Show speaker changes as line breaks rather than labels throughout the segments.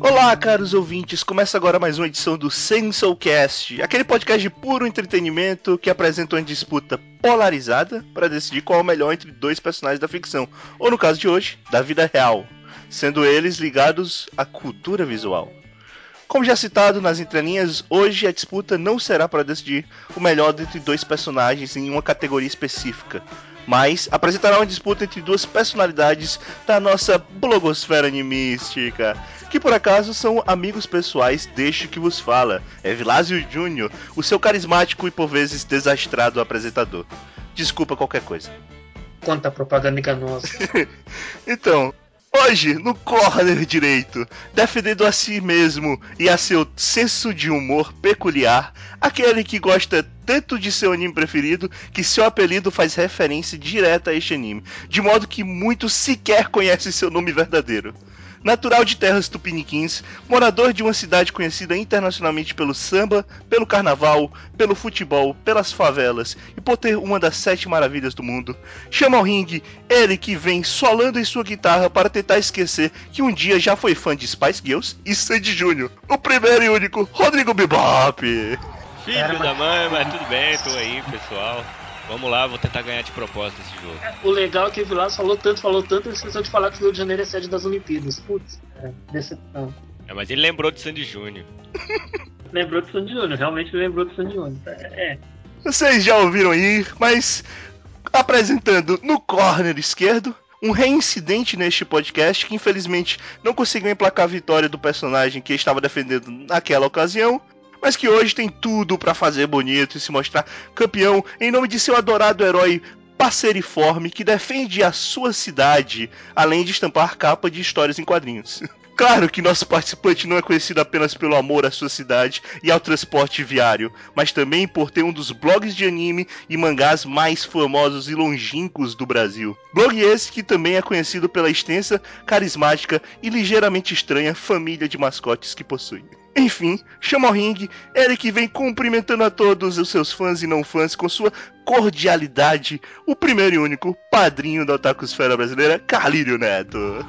Olá, caros ouvintes! Começa agora mais uma edição do Sensocast, aquele podcast de puro entretenimento que apresenta uma disputa polarizada para decidir qual é o melhor entre dois personagens da ficção, ou no caso de hoje, da vida real, sendo eles ligados à cultura visual. Como já citado nas entrelinhas, hoje a disputa não será para decidir o melhor entre dois personagens em uma categoria específica, mas apresentará uma disputa entre duas personalidades da nossa blogosfera animística, que por acaso são amigos pessoais deste que vos fala, é Vilásio Júnior, o seu carismático e por vezes desastrado apresentador. Desculpa qualquer coisa.
Quanta propaganda enganosa.
então, Hoje, no corner direito, defendendo a si mesmo e a seu senso de humor peculiar, aquele que gosta tanto de seu anime preferido que seu apelido faz referência direta a este anime, de modo que muitos sequer conhecem seu nome verdadeiro. Natural de terras tupiniquins, morador de uma cidade conhecida internacionalmente pelo samba, pelo carnaval, pelo futebol, pelas favelas e por ter uma das sete maravilhas do mundo, chama ao ringue ele que vem solando em sua guitarra para tentar esquecer que um dia já foi fã de Spice Girls e Sandy Júnior, o primeiro e único Rodrigo Bebop.
Filho Era, da mãe, mas tudo bem, tô aí, pessoal. Vamos lá, vou tentar ganhar de propósito esse jogo.
O legal é que o Vilas falou tanto, falou tanto, ele esqueceu de falar que o Rio de Janeiro é sede das Olimpíadas. Putz, cara, decepção.
É, mas ele lembrou de Sandy Júnior.
lembrou de Sandy Júnior, realmente lembrou de Sandy Júnior. É.
Vocês já ouviram aí, mas apresentando no corner esquerdo, um reincidente neste podcast que infelizmente não conseguiu emplacar a vitória do personagem que estava defendendo naquela ocasião, mas que hoje tem tudo para fazer bonito e se mostrar campeão em nome de seu adorado herói parceiriforme que defende a sua cidade, além de estampar capa de histórias em quadrinhos. Claro que nosso participante não é conhecido apenas pelo amor à sua cidade e ao transporte viário, mas também por ter um dos blogs de anime e mangás mais famosos e longínquos do Brasil. Blog esse que também é conhecido pela extensa, carismática e ligeiramente estranha família de mascotes que possui. Enfim, chama ao ringue, ele que vem cumprimentando a todos os seus fãs e não fãs com sua cordialidade, o primeiro e único padrinho da Otakusfera brasileira, Carlírio Neto.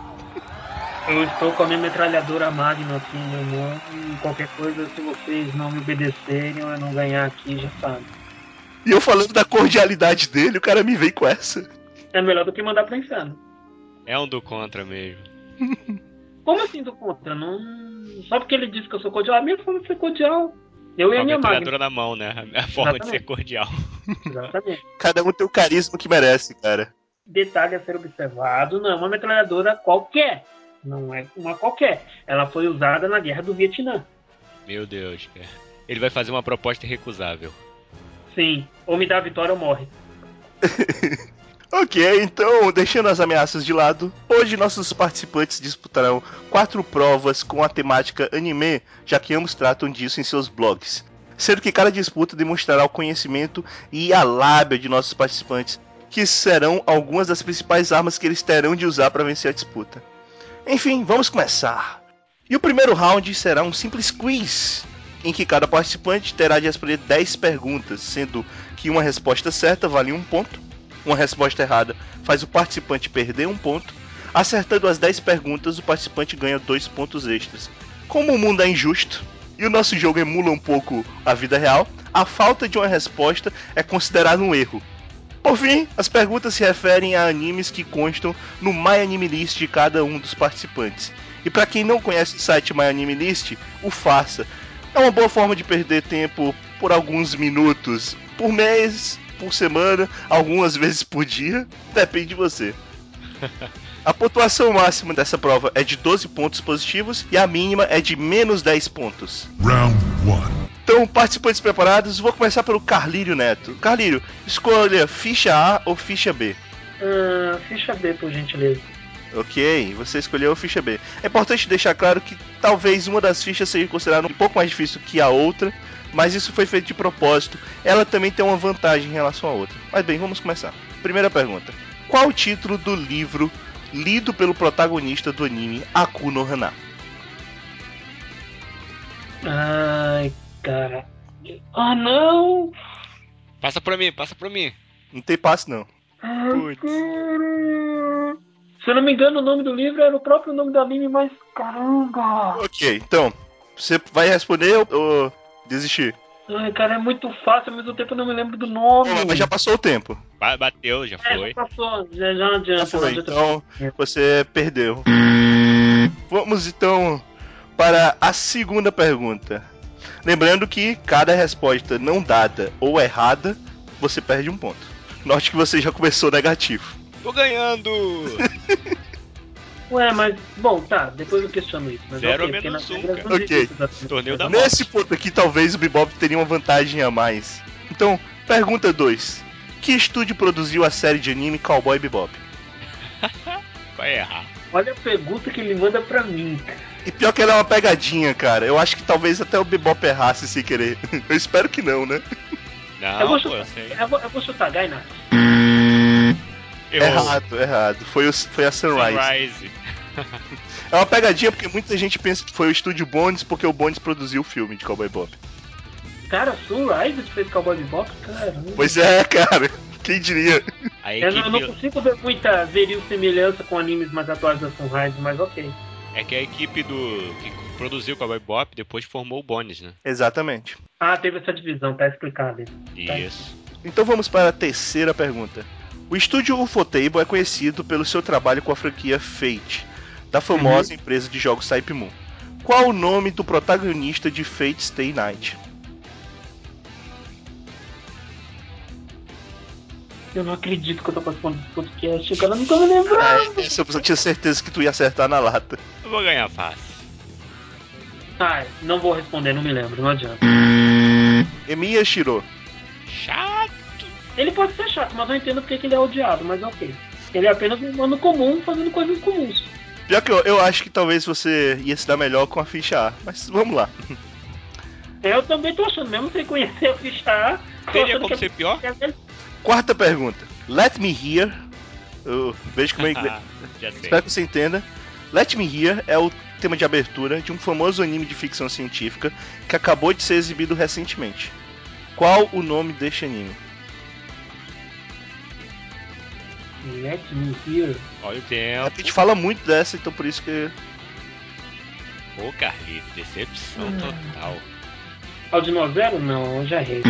Eu estou com a minha metralhadora Magno aqui em meu mão e qualquer coisa, se vocês não me obedecerem ou eu não ganhar aqui, já sabe.
E eu falando da cordialidade dele, o cara me vem com essa.
É melhor do que mandar pra inferno.
É um do contra mesmo.
Como assim do contra? Não... Só porque ele disse que eu sou cordial, a minha forma de ser cordial. Eu e a minha mãe.
na mão, né? A forma Exatamente. de ser cordial.
Exatamente.
Cada um tem o carisma que merece, cara.
Detalhe a ser observado, não é uma metralhadora qualquer. Não é uma qualquer. Ela foi usada na guerra do Vietnã.
Meu Deus, cara. Ele vai fazer uma proposta irrecusável.
Sim. Ou me dá a vitória ou morre.
Ok, então, deixando as ameaças de lado, hoje nossos participantes disputarão quatro provas com a temática anime, já que ambos tratam disso em seus blogs. Sendo que cada disputa demonstrará o conhecimento e a lábia de nossos participantes, que serão algumas das principais armas que eles terão de usar para vencer a disputa. Enfim, vamos começar! E o primeiro round será um simples quiz, em que cada participante terá de responder 10 perguntas, sendo que uma resposta certa vale um ponto uma resposta errada faz o participante perder um ponto. Acertando as 10 perguntas, o participante ganha dois pontos extras. Como o mundo é injusto e o nosso jogo emula um pouco a vida real, a falta de uma resposta é considerada um erro. Por fim, as perguntas se referem a animes que constam no My Anime List de cada um dos participantes. E para quem não conhece o site My Anime List, o faça. É uma boa forma de perder tempo por alguns minutos, por mês por semana, algumas vezes por dia, depende de você. A pontuação máxima dessa prova é de 12 pontos positivos e a mínima é de menos 10 pontos.
Round 1.
Então, participantes preparados, vou começar pelo Carlírio Neto. Carlírio, escolha ficha A ou ficha B?
Uh, ficha B, por gentileza.
Ok, você escolheu ficha B. É importante deixar claro que talvez uma das fichas seja considerada um pouco mais difícil que a outra, mas isso foi feito de propósito. Ela também tem uma vantagem em relação à outra. Mas bem, vamos começar. Primeira pergunta: Qual o título do livro lido pelo protagonista do anime Aku no Hana?
Ai, cara. Ah, oh, não!
Passa pra mim, passa pra mim.
Não tem passe, não.
Ai,
Putz.
cara. Se eu não me engano, o nome do livro era o próprio nome do anime, mas caramba!
Ok, então. Você vai responder ou, ou desistir?
Ai, cara, é muito fácil, ao mesmo tempo eu não me lembro do nome.
Bom, É, mas já passou o tempo.
Ba- Bateu,
É,
já
já
foi.
passou, já, já não adianta.
Já
não
foi,
adianta.
então você perdeu. Vamos então para a segunda pergunta. Lembrando que cada resposta não dada ou errada, você perde um ponto. Note que você já começou negativo.
Tô ganhando!
Ué, mas, bom, tá, depois eu questiono isso. Mas
Zero
ok,
a
porque
menos
nas
um,
regras
cara.
não
Ok.
diz isso exatamente.
Torneio da
Mas-
morte.
Nesse ponto aqui, talvez o Bebop teria uma vantagem a mais. Então, pergunta 2. Que estúdio produziu a série de anime Cowboy Bebop?
Vai errar.
Olha a pergunta que ele manda pra mim, cara.
E pior que ela é uma pegadinha, cara. Eu acho que talvez até o Bebop errasse sem querer. Eu espero que não, né?
eu, vou
Não, Ah, pô,
chutar,
eu sei.
eu, vou, eu vou chutar Gainax. É
Errou.
Errado, errado. Foi, o, foi a Sunrise.
Sunrise.
É uma pegadinha porque muita gente pensa que foi o estúdio Bones porque o Bones produziu o filme de Cowboy Bebop.
Cara, Sunrise fez Cowboy Bebop? Caramba.
Pois é, cara. Quem diria?
A
Eu não, eu não
equipe,
consigo ver muita veril semelhança com animes mais atuais da Sunrise, mas ok.
é que a equipe do. que produziu o Cowboy Bop depois formou o Bones, né?
Exatamente.
Ah, teve essa divisão, tá explicado. hein?
Isso.
Então vamos para a terceira pergunta. O estúdio Ufotable é conhecido pelo seu trabalho com a franquia Fate, da famosa empresa de jogos Type Moon. Qual o nome do protagonista de Fate Stay Night?
Eu não acredito que eu tô participando desse podcast, cara, eu não tô me lembrando.
Ah, essa eu tinha certeza que tu ia acertar na lata.
Eu vou ganhar fácil.
Ah, não vou responder, não me lembro, não adianta.
Emiya Shiro.
Chato.
Ele pode ser chato, mas eu entendo porque que ele é odiado, mas ok. Ele é apenas um humano comum fazendo coisas comuns.
Pior que eu, eu acho que talvez você ia se dar melhor com a ficha A, mas vamos lá.
Eu também tô achando, mesmo sem conhecer o Fichar.
Teria
é
como ser pior?
Quarta pergunta. Let me hear. Eu vejo como é inglês.
Ah, Já sei.
Espero que você entenda. Let Me Hear é o tema de abertura de um famoso anime de ficção científica que acabou de ser exibido recentemente. Qual o nome deste anime?
Let me hear.
Olha É o
A
tempo.
gente fala muito dessa, então por isso que.
Ô, Carlito, decepção total.
Aldino Zero? Não, eu já errei.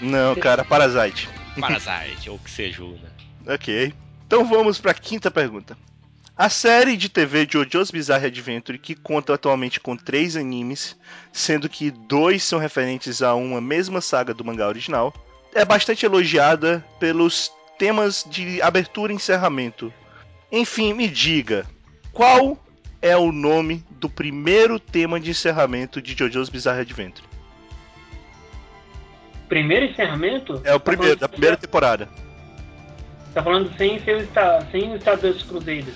Não, cara, Parasite.
Parasite, ou que seja, né?
Ok. Então vamos para a quinta pergunta. A série de TV JoJo's Bizarre Adventure, que conta atualmente com três animes, sendo que dois são referentes a uma mesma saga do mangá original, é bastante elogiada pelos temas de abertura e encerramento. Enfim, me diga, qual é o nome do primeiro tema de encerramento de JoJo's Bizarre Adventure?
Primeiro encerramento?
É o
Tá
primeiro,
falando-
da primeira temporada.
Tá falando sem, sem, o, esta- sem o Estado dos Cruzeiros.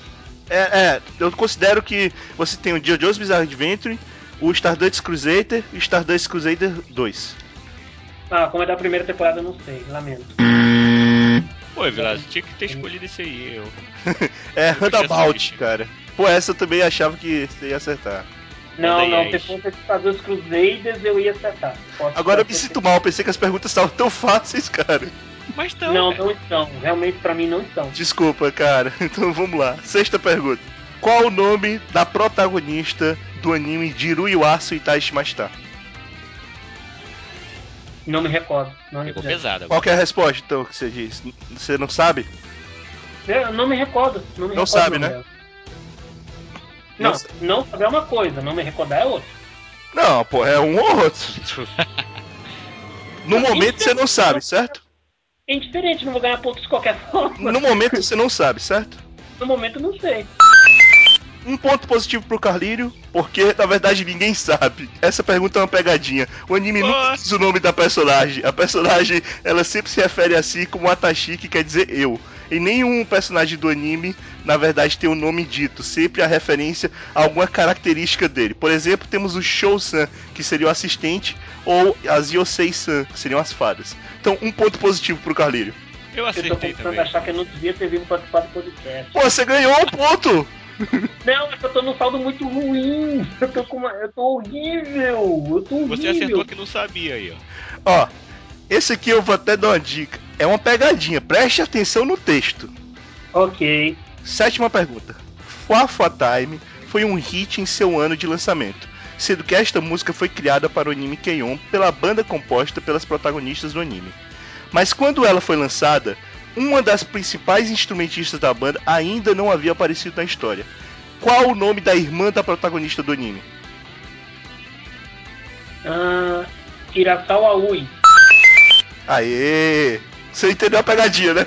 É, é, eu considero que você tem o JoJo's Bizarre Adventure, o Stardust Crusader e o Stardust Crusader 2.
Ah, como é da primeira temporada, eu não sei, lamento.
Hum,
Pô, Vilas, tinha que ter escolhido esse aí, eu.
É,
Eu já
Handabout,
assisti.
cara. Pô, essa eu também achava que você ia acertar.
Não,
Mandei
não,
aí.
depois da ditadura dos Cruzeiros eu ia acertar. Posso
Agora eu me
posso-
sinto mal, pensei que as perguntas estavam tão fáceis, cara.
Mas né? não,
Não,
velho.
não estão. Realmente, pra mim, não estão.
Desculpa, cara. Então vamos lá. Sexta pergunta. Qual o nome da protagonista do anime Jiruiwa Suitashi Mashita?
Não me recordo. Não, me
Pegou
recordo.
pesado
Qual
agora.
que é a resposta, então, que você diz? N- Você não sabe?
Eu não me recordo. Não, me
Não
recordo,
sabe, né?
Léo. Não,
Não sa-
não saber é uma coisa, não me recordar é outra.
Não, pô, é um ou outro. No momento você não sabe, certo?
É indiferente, não vou ganhar pontos de qualquer forma.
No momento você não sabe, certo?
No momento, não sei.
Um ponto positivo pro Carlírio, porque na verdade ninguém sabe. Essa pergunta é uma pegadinha. O anime nunca
Nossa.
diz o nome da personagem. A personagem, ela sempre se refere a si como Atashi, que quer dizer eu. E nenhum personagem do anime, na verdade, tem um nome dito. Sempre a referência a alguma característica dele. Por exemplo, temos o Shou-san, que seria o assistente, ou as Yosei-san, que seriam as fadas. Então, um ponto positivo pro Carlírio.
Eu
Eu tô
acertei
começando
também.
a achar que é eu não devia ter vindo participar do podcast.
Pô, você ganhou um ponto!
Não, é que eu tô num saldo muito ruim. Eu tô com uma... Eu tô horrível. Eu tô horrível.
Você acertou que não sabia aí, ó.
Ó, Esse aqui eu vou até dar uma dica. É uma pegadinha, preste atenção no texto.
Ok.
Sétima pergunta. Fafa Time foi um hit em seu ano de lançamento, sendo que esta música foi criada para o anime Keion pela banda composta pelas protagonistas do anime. Mas quando ela foi lançada, uma das principais instrumentistas da banda ainda não havia aparecido na história. Qual o nome da irmã da protagonista do anime?
Ah, Hirasal Aoi.
Aê! Você entendeu a pegadinha, né?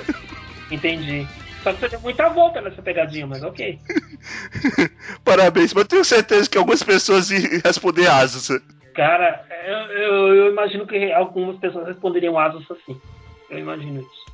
Entendi. Só que você deu muita volta nessa pegadinha, mas ok.
Parabéns, mas eu tenho certeza que algumas pessoas iam responder asas.
Cara, eu, eu- eu imagino que algumas pessoas responderiam asas assim. Eu imagino isso.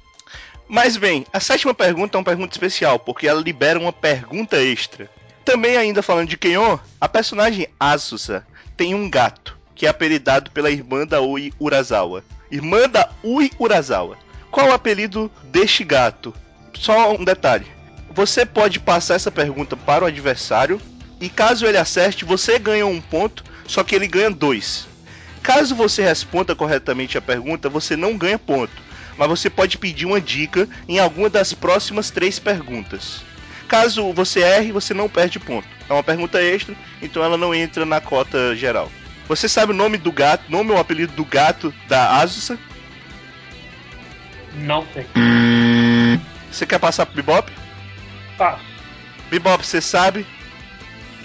Mas bem, a sétima pergunta é uma pergunta especial, porque ela libera uma pergunta extra. Também ainda falando de Kenyon, a personagem Asusa tem um gato, que é apelidado pela irmã da Ui Urasawa. Irmã da Ui Urasawa. Qual o apelido deste gato? Só um detalhe. Você pode passar essa pergunta para o adversário, e caso ele acerte, você ganha um ponto, só que ele ganha dois. Caso você responda corretamente a pergunta, você não ganha ponto mas você pode pedir uma dica em alguma das próximas três perguntas. Caso você erre, você não perde ponto. É uma pergunta extra, então ela não entra na cota geral. Você sabe o nome do gato, nome ou apelido do gato da Azusa?
Não sei.
Você quer passar pro Bebop?
Passo.
Bebop, você sabe?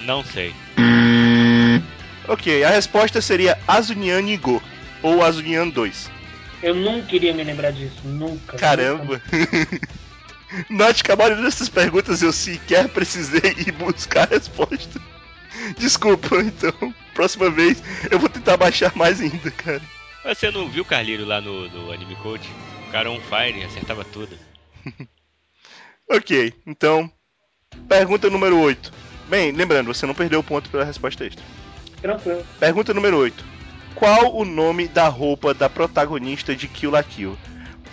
Não sei.
Ok, a resposta seria Azunian Nigo, ou Azunian 2.
Eu não queria me lembrar disso. Nunca. Nunca.
Caramba! Note que a maioria dessas perguntas eu sequer precisei ir buscar a resposta. Desculpa, então. Próxima vez eu vou tentar baixar mais ainda, cara.
Mas Você não viu o Carlírio lá no, no Anime Code? O cara on fire, acertava tudo.
Ok, então. Pergunta número 8. Bem, lembrando, você não perdeu o ponto pela resposta extra.
Tranquilo.
Pergunta número 8. Qual o nome da roupa da protagonista de Kill la Kill?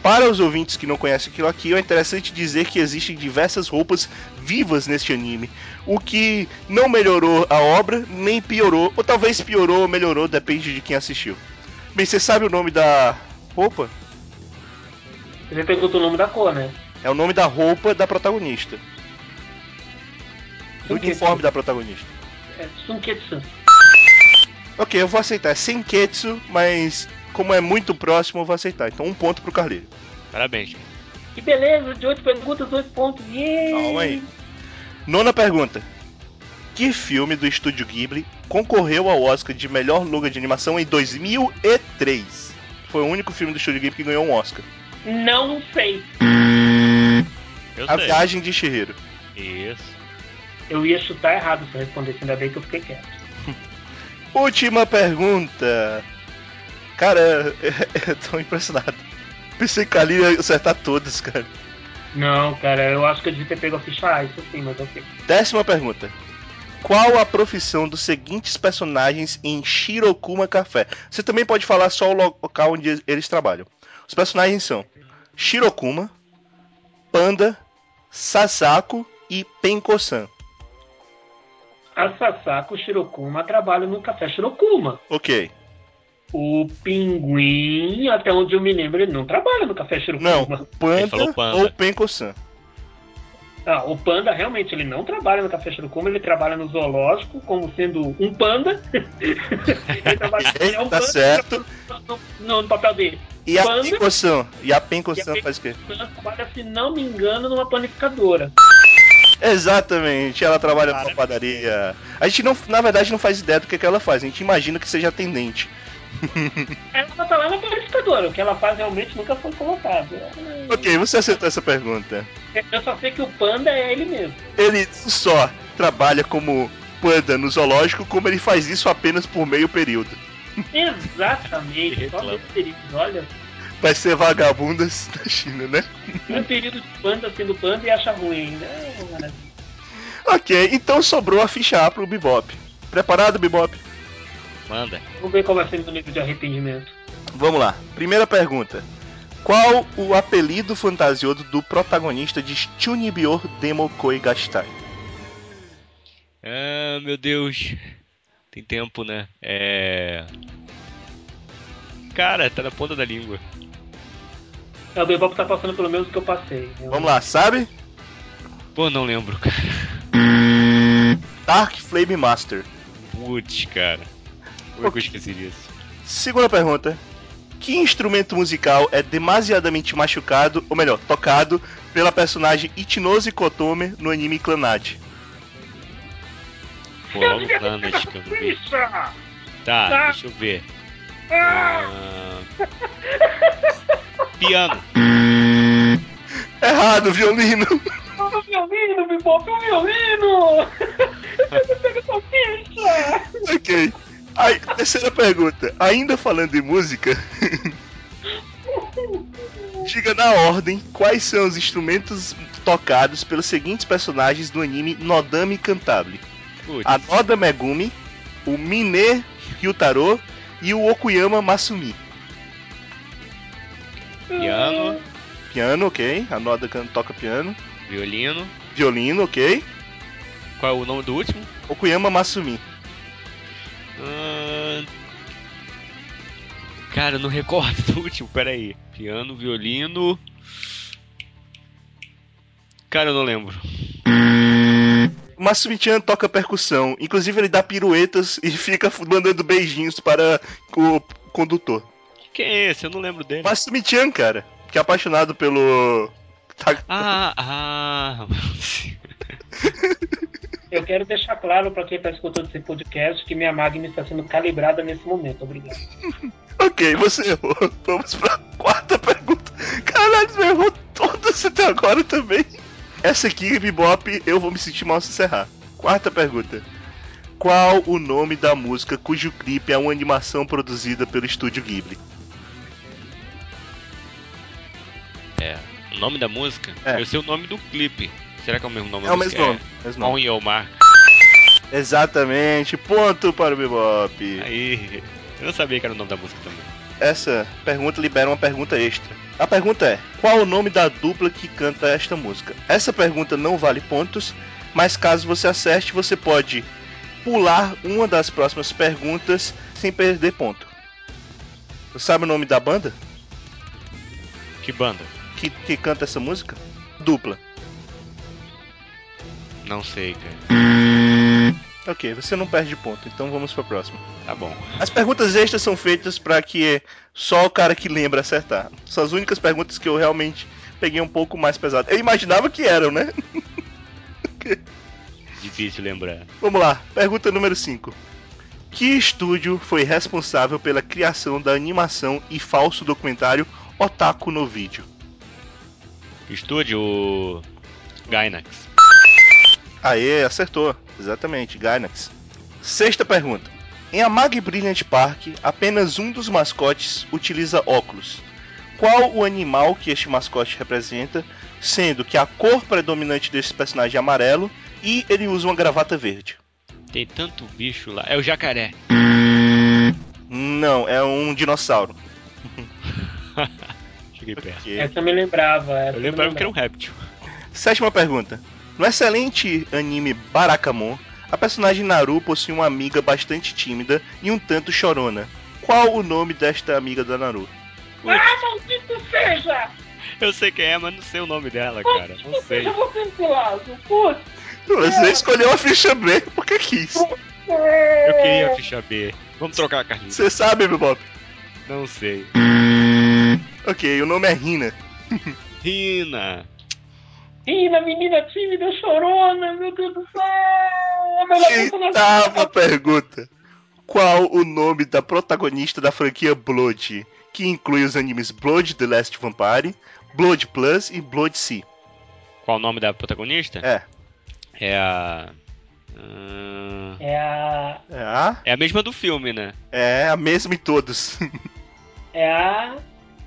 Para os ouvintes que não conhecem Kill la Kill, é interessante dizer que existem diversas roupas vivas neste anime, o que não melhorou a obra, nem piorou, ou talvez piorou ou melhorou, depende de quem assistiu. Bem, você sabe o nome da roupa?
Você perguntou o nome da cor, né?
É o nome da roupa da protagonista, do uniforme da protagonista.
É, Sunketsu.
Ok, eu vou aceitar, é Senketsu, mas como é muito próximo, eu vou aceitar. Então, um ponto pro Carlinhos.
Parabéns.
Que beleza, de oito perguntas, dois pontos. Yay!
Calma aí. Nona pergunta. Que filme do estúdio Ghibli concorreu ao Oscar de melhor longa de animação em 2003? Foi o único filme do estúdio Ghibli que ganhou um Oscar.
Não sei.
Eu
A
sei.
Viagem de Chihiro.
Isso.
Eu ia chutar errado se eu respondesse, ainda bem que eu fiquei quieto.
Última pergunta. Cara, eu tô impressionado. Pensei que ali ia acertar todas, cara.
Não, cara, eu acho que eu devia ter pego a ficha A, isso sim, mas ok.
Décima pergunta. Qual a profissão dos seguintes personagens em Shirokuma Café? Você também pode falar só o lo- local onde eles trabalham. Os personagens são Shirokuma, Panda, Sasako e Penko-san.
A Sasako Shirokuma trabalha no Café Shirokuma.
Ok.
O Pinguim, até onde eu me lembro, ele não trabalha no Café
Não,
Shirokuma.
Ele
Panda,
falou Panda.
ou Penko-san.
Ah, o panda realmente ele não trabalha no Café Shirokuma, ele trabalha no zoológico como sendo um panda. ele trabalha, ele é um
Tá
panda
certo.
no, no- no papel dele.
E a
Panda.
Penko-san? E a
E a
Penko-san
Penko-
faz o quê?
O panda trabalha, se não me engano, numa panificadora.
Exatamente, ela trabalha numa
Maravilha.
padaria. A gente, não, na verdade, não faz ideia do que, que ela faz. A gente imagina que seja atendente.
Ela só tá lá na panificadora, o que ela faz realmente nunca foi colocado. É,
Ok, você acertou essa pergunta.
Eu só sei que o panda é ele mesmo.
ele não só trabalha como panda no zoológico, como ele faz isso apenas por meio período.
Exatamente, só
Reclama.
nesse período, olha.
Vai ser vagabundas na China, né?
Um período de panda sendo panda e acha ruim, né? É uma maravilha.
Ok, então sobrou a ficha A pro Bebop. Preparado, Bebop?
Manda.
Vamos ver qual vai ser o meu nível de arrependimento.
Vamos lá. Primeira pergunta. Qual o apelido fantasioso do protagonista de Chunibyo Demokoi Gastai?
Ah, meu Deus. Tem tempo, né? É. cara, tá na ponta da língua.
É, o Bebop tá passando pelo mesmo que eu passei. Eu-
Vamos lá, sabe?
Pô, não lembro, cara.
Dark Flame Master.
Putz, cara. Como é que eu esqueci disso?
Segunda pergunta. Que instrumento musical é demasiadamente machucado, ou melhor, tocado, pela personagem Itinose Kotome no anime Clanad?
Pô, logo Planet que eu não vi. Tá, deixa eu ver.
É,
Ah, Piano.
Errado, violino!
O violino, Bebop, o violino! Eu pego essa ficha!
ok. Aí, terceira pergunta. Ainda falando em música, diga na ordem quais são os instrumentos tocados pelos seguintes personagens do anime Nodame Cantabile:
Putz,
a Noda Megumi, o Mine Ryutaro e o Okuyama Masumi.
piano,
Piano, ok. A Noda can- toca piano.
violino.
Violino, ok.
Qual é o nome do último?
Okuyama Masumi.
Ah, Cara, eu não recordo do último, peraí. Piano, violino. Cara, eu não lembro.
O Masumi-chan toca percussão. Inclusive, ele dá piruetas e fica mandando beijinhos para o condutor.
Quem é esse? Eu não lembro dele.
Masumi-chan, cara, que é apaixonado pelo. tá-
Ah, ah.
Eu quero deixar claro pra quem tá escutando esse podcast que minha Magna está sendo calibrada nesse momento, obrigado.
Ok, você errou. Vamos pra quarta pergunta. Caralho, você errou todas até agora também. Essa aqui, Bebop, eu vou me sentir mal se encerrar. Quarta pergunta. Qual o nome da música cujo clipe é uma animação produzida pelo estúdio Ghibli?
O nome da música?
É.
Eu sei o nome do clipe. Será que é o mesmo nome
É
da
o
música?
mesmo nome. mesmo nome.
On Your Mark.
Exatamente. Ponto para o Bebop.
Aí. Eu não sabia que era o nome da música também.
Essa pergunta libera uma pergunta extra. A pergunta é: qual o nome da dupla que canta esta música? Essa pergunta não vale pontos, mas caso você acerte, você pode pular uma das próximas perguntas sem perder ponto. Você sabe o nome da banda
Que banda?
que, que canta essa música? Dupla.
Não sei, cara.
Ok, você não perde ponto, então vamos para a próxima.
Tá bom.
As perguntas extras são feitas para que só o cara que lembra acertar. São as únicas perguntas que eu realmente peguei um pouco mais pesado. Eu imaginava que eram, né?
Difícil lembrar.
Vamos lá, pergunta número 5. Que estúdio foi responsável pela criação da animação e falso documentário Otaku no Vídeo?
Estúdio. Gainax.
Aê, acertou. Exatamente, Gainax. Sexta pergunta. Em Amag Brilliant Park, apenas um dos mascotes utiliza óculos. Qual o animal que este mascote representa, sendo que a cor predominante desse personagem é amarelo e ele usa uma gravata verde?
Tem tanto bicho lá. É o jacaré.
Não, é um dinossauro.
Cheguei perto.
Essa eu me lembrava. Essa
Eu
eu
lembrava
me
que era um réptil.
Sétima pergunta. No excelente anime Barakamon, a personagem Naru possui uma amiga bastante tímida e um tanto chorona. Qual o nome desta amiga da Naru?
Ah, maldito seja!
Eu sei quem é, mas não sei o nome dela, cara. Não sei.
Eu vou cancelado. Putz!
Você escolheu a ficha B, por que quis?
é.
Eu queria a ficha B. Vamos trocar a carlinha.
Você sabe, Bebop?
Não sei.
Ok, o nome é Rina.
Rina.
Rina, menina tímida, chorona, meu Deus do céu! A melhor
Oitava pergunta. Qual o nome da protagonista da franquia Blood, que inclui os animes Blood The Last Vampire, Blood Plus e Blood Sea?
Qual o nome da protagonista?
É.
É a. Ah,
É a.
É a,
É a mesma do filme, né?
é a mesma em todos.
É a.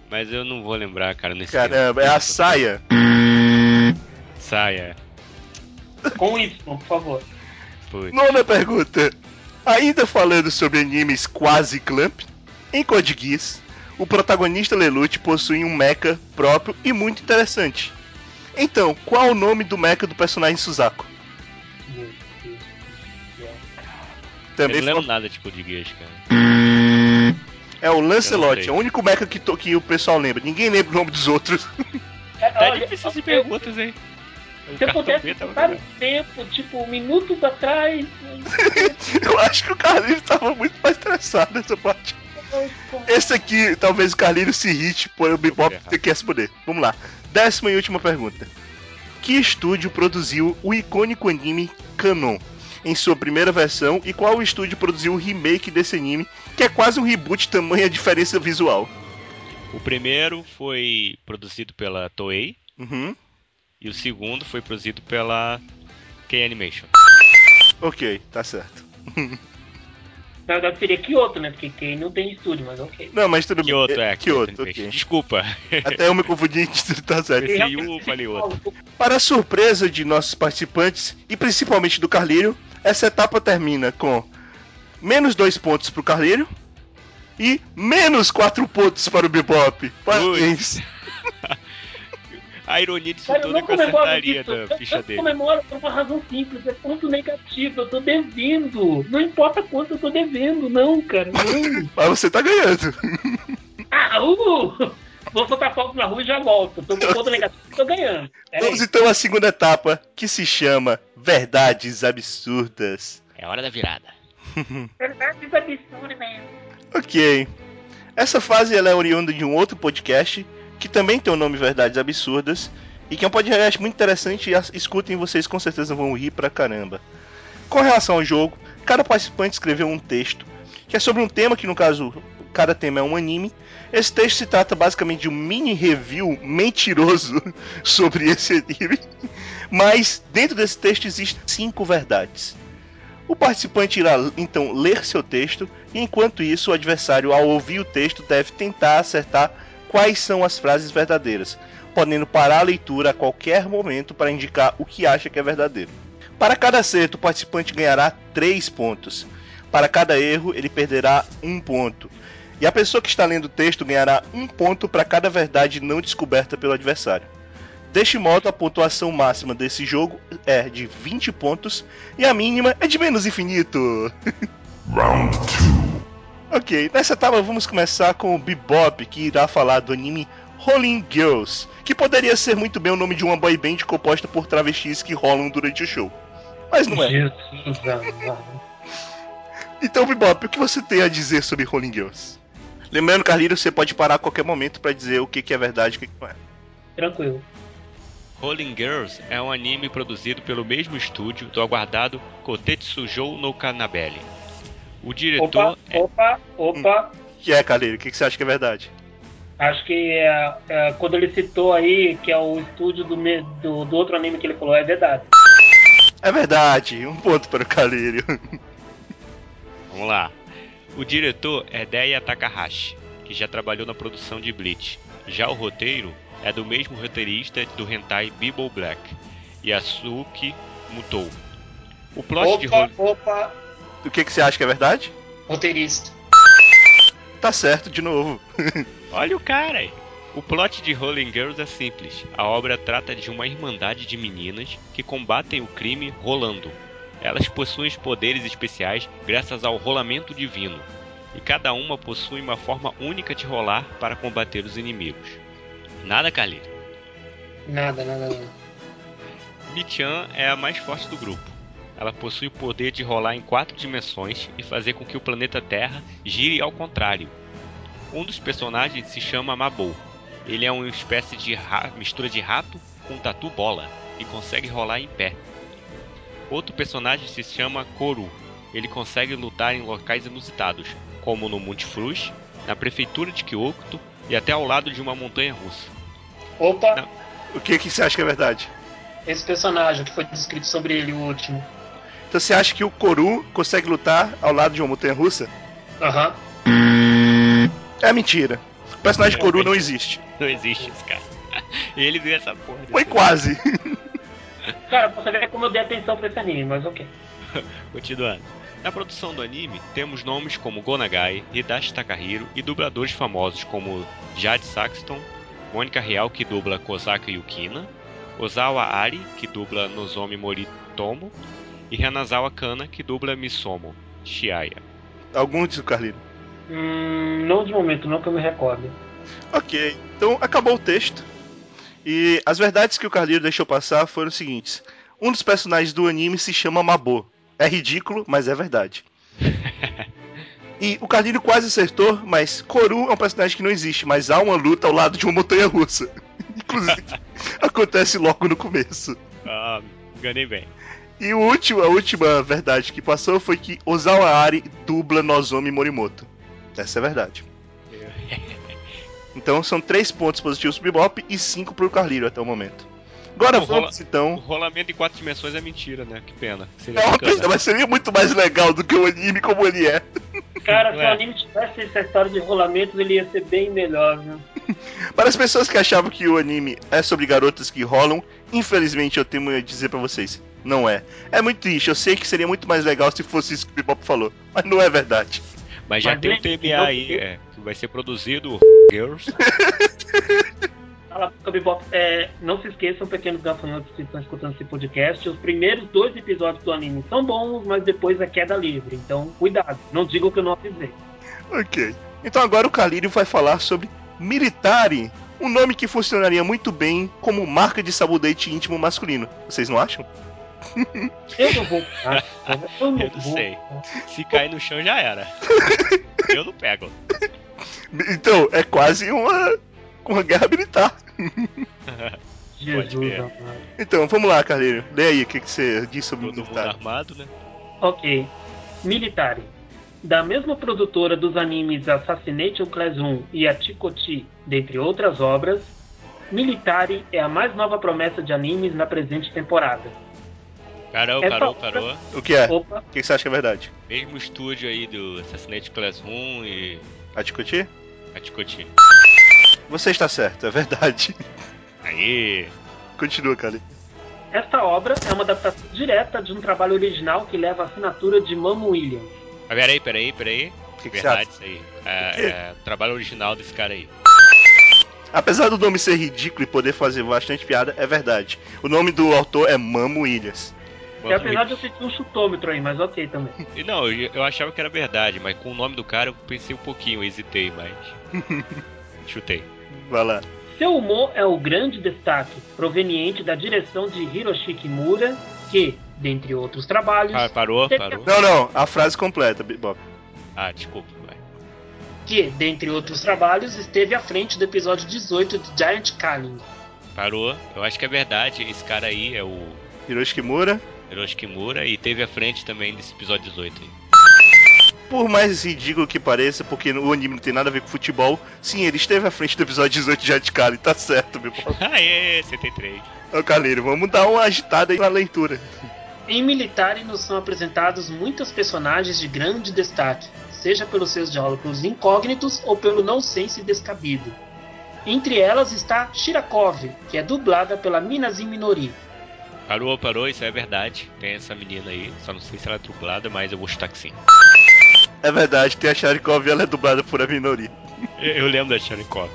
Mas eu não vou lembrar, cara, nesse
Caramba, é a saia.
Saia.
Com Y, por favor.
Putz.
Nona pergunta. Ainda falando sobre animes quase clamp, em Code Geass, o protagonista Lelouch possui um mecha próprio e muito interessante. Então, qual o nome do mecha do personagem Suzaku?
Meu Deus do céu.
Eu não
Também
lembro
foi-
nada tipo de guias, cara.
É o
Eu não
Lancelot,
sei.
é o único mecha que, to- que o pessoal lembra. Ninguém lembra o nome dos outros.
É,
Tá
olha,
difícil essas
eu-
perguntas, hein? O é
Se eu
cartão
pudesse
B tava
voltar no
melhor.
tempo, tipo, minutos atrás.
Eu acho que o Carlinhos tava muito mais estressado nessa parte. Esse aqui, talvez o Carlinhos se irrite por o Bebop ter que responder. Vamos lá. Décima e última pergunta. Que estúdio produziu o icônico anime Canon em sua primeira versão e qual estúdio produziu o remake desse anime, que é quase um reboot tamanho a diferença visual?
O primeiro foi produzido pela Toei
Uhum.
e o segundo foi produzido pela K-Animation.
Ok, tá certo.
Na verdade seria que outro, né? Porque quem não tem estúdio, mas ok.
Não, mas tudo bem.
Kyoto, é.
Que outro,
K-Animation.
ok.
Desculpa.
Até eu me confundi, tá certo.
Pensei um, falei outro.
Para a surpresa de nossos participantes e principalmente do Carlírio, essa etapa termina com menos dois pontos para o Carlírio e menos quatro pontos para o Bebop. Parabéns.
A ironia disso
Cara, eu
tudo é
não
que eu
comemoro
acertaria
isso. Eu,
da ficha
eu
dele.
comemoro por uma razão simples. É ponto negativo. Eu tô devendo. Não importa quanto eu tô devendo. Não, cara. Não.
Mas você tá ganhando.
ah, uh! Vou soltar fogo na rua e já volto. Tô com ponto negativo. Tô ganhando. É Pera aí.
Vamos então à segunda etapa, que se chama Verdades Absurdas.
É hora da virada.
Verdades absurdas.
Ok. Essa fase ela é oriunda de um outro podcast que também tem o nome Verdades Absurdas e que é um podcast muito interessante. e as- Escutem, vocês com certeza vão rir pra caramba. Com relação ao jogo, cada participante escreveu um texto que é sobre um tema que no caso cada tema é um anime. Esse texto se trata basicamente de um mini review mentiroso sobre esse anime, mas dentro desse texto existem cinco verdades. O participante irá então ler seu texto, e enquanto isso, o adversário, ao ouvir o texto, deve tentar acertar quais são as frases verdadeiras, podendo parar a leitura a qualquer momento para indicar o que acha que é verdadeiro. Para cada acerto, o participante ganhará 3 pontos. Para cada erro, ele perderá 1 ponto. E a pessoa que está lendo o texto ganhará 1 ponto para cada verdade não descoberta pelo adversário. Deste modo, a pontuação máxima desse jogo é de 20 pontos e a mínima é de menos infinito.
Round
Ok, nessa etapa vamos começar com o Bebop, que irá falar do anime Rolling Girls, que poderia ser muito bem o nome de uma boy band composta por travestis que rolam durante o show. Mas não é.
Jesus, amado.
Então, Bebop, o que você tem a dizer sobre Rolling Girls? Lembrando, Carlírio, você pode parar a qualquer momento pra dizer o que, que é verdade e o que, que não é.
Tranquilo.
Rolling Girls é um anime produzido pelo mesmo estúdio do aguardado Kotetsu Jou no Kanabele. O diretor é- Hum.
Opa, opa, opa.
Que é, Carlírio? O que, que você acha que é verdade?
Acho que é, é, quando ele citou aí que é o estúdio do, me- do, do outro anime que ele falou, é verdade.
É verdade, um ponto para o Carlírio.
Vamos lá. O diretor é Deia Takahashi, que já trabalhou na produção de Bleach. Já o roteiro é do mesmo roteirista do hentai Bible Black, Yasuki Mutou. O plot de
Opa,
Rolling...
opa,
O que, que você acha que é verdade?
roteirista.
Tá certo, de novo.
Olha o cara! hein? O plot de Rolling Girls é simples. A obra trata de uma irmandade de meninas que combatem o crime rolando. Elas possuem poderes especiais graças ao rolamento divino, e cada uma possui uma forma única de rolar para combater os inimigos. Nada, Carlito.
Nada, nada, nada.
Michan é a mais forte do grupo. Ela possui o poder de rolar em quatro dimensões e fazer com que o planeta Terra gire ao contrário. Um dos personagens se chama Mabou. Ele é uma espécie de ra- mistura de rato com tatu bola e consegue rolar em pé. Outro personagem se chama Koru. Ele consegue lutar em locais inusitados, como no Monte Fruz, na prefeitura de Kyoto e até ao lado de uma montanha russa.
Opa,
Não.
O que, que você acha que é verdade?
esse personagem que foi descrito sobre ele, o último.
Então você acha que o Coru consegue lutar ao lado de uma montanha russa?
Aham.
É mentira. O personagem
É,
Coru não
bem-
existe.
Não existe esse cara. Ele viu essa porra.
Foi
desse-
quase.
Cara, você vê como eu dei atenção pra esse anime, mas ok.
Continuando. Na produção do anime, temos nomes como Gonagai, Hidashi Takahiro e dubladores famosos como Jade Saxton, Mônica Real, que dubla Kosaka Yukina, Ozawa Ari, que dubla Nozomi Moritomo, e Hanazawa Kana, que dubla Misomo Shiaya.
Alguns, Carlino.
Hum, não de momento, não que eu me recordo.
Ok, então acabou o texto. E as verdades que o Carlinho deixou passar foram as seguintes: um dos personagens do anime se chama Mabo. É ridículo, mas é verdade. E o Carlinho quase acertou, mas Koru é um personagem que não existe, mas há uma luta ao lado de uma montanha russa. Inclusive, acontece logo no começo.
Ah, enganei bem.
E o último, a última verdade que passou foi que Ozawa Ari dubla Nozomi Morimoto. Essa é a verdade. Então são três pontos positivos pro Bebop e cinco pro Carlírio até o momento. Agora
O rola-
vamos então.
O rolamento em quatro dimensões é mentira, né? Que pena. Seria
Não,
bacana.
mas seria muito mais legal do que o anime como ele é.
Cara, se
Ué.
o anime tivesse essa história de rolamentos, ele ia ser bem melhor, viu?
Para as pessoas que achavam que o anime é sobre garotas que rolam, infelizmente eu tenho a dizer pra vocês, não é. É muito triste, eu sei que seria muito mais legal se fosse isso que o Bebop falou, mas não é verdade.
Mas já
Mas
tem um
nem-
TBA
não-
aí, é, que vai ser produzido, Girls.
Fala, Boca Bebop. É, não se esqueçam, pequenos gafanhotos que estão escutando esse podcast, os primeiros dois episódios do anime são bons, mas depois é queda livre. Então, cuidado, não digam que eu não avisei.
Ok. Então agora o Calírio vai falar sobre Militari, um nome que funcionaria muito bem como marca de sabonete íntimo masculino. Vocês não acham?
Eu não vou. Ah, eu não
Eu não
vou.
sei. Se cair no chão já era. Eu não pego.
Então, é quase uma, uma guerra militar.
Pode
Jesus
ver.
amado.
Então, vamos lá, Carlinho. Lê aí o que, que você disse sobre
Todo mundo
Militari.
armado, né?
Ok. Militari. Da mesma produtora dos animes Assassination Classroom e A Chikoti, dentre outras obras, Militari é a mais nova promessa de animes na presente temporada.
Carol,
É
Carol,
pra-
Carol.
O que é? O
Opa,
que você acha que é verdade?
Mesmo estúdio aí do Assassinate Classroom um e
A discutir?
a Ticoti.
Você está certo, é verdade.
Aí,
Continua, Carlinho.
esta obra é uma adaptação direta de um trabalho original que leva a assinatura de Mam Williams.
Mas peraí, peraí, peraí.
O que, que você acha?
Verdade isso aí. É, é o trabalho original desse cara aí.
Apesar do nome ser ridículo e poder fazer bastante piada, é verdade. O nome do autor é Mamo Williams.
E apesar de eu sentir um chutômetro aí, mas ok também.
E Não, eu, eu achava que era verdade, mas com o nome do cara eu pensei um pouquinho, eu hesitei, mas. Chutei.
Vai lá.
Seu humor é o grande destaque, proveniente da direção de Hiroshi Kimura, que, dentre outros trabalhos,
Ah, parou, parou.
Não, não, a frase completa, Bob.
Ah, desculpa, vai.
que, dentre outros trabalhos, esteve à frente do episódio 18 de Giant Canning.
Parou. Eu acho que é verdade, esse cara aí é o
Hiroshi Kimura.
Hiroshi Kimura e teve à frente também desse episódio 18 aí.
Por mais ridículo que pareça, porque o anime não tem nada a ver com futebol, sim, ele esteve à frente do episódio 18 de Aticali, tá certo, Bob.
Aê, 73.
Ô, Carlinho, vamos dar uma agitada aí na leitura.
Em Militari nos são apresentados muitos personagens de grande destaque, seja pelos seus diálogos incógnitos ou pelo nonsense descabido. Entre elas está Shirakov, que é dublada pela Minazin Minori.
Parou, parou, isso é verdade. Tem essa menina aí, só não sei se ela é dublada, mas eu vou chutar que sim.
É verdade, tem a Sharikov e ela é dublada por a minoria.
Eu, eu lembro da Shanikov.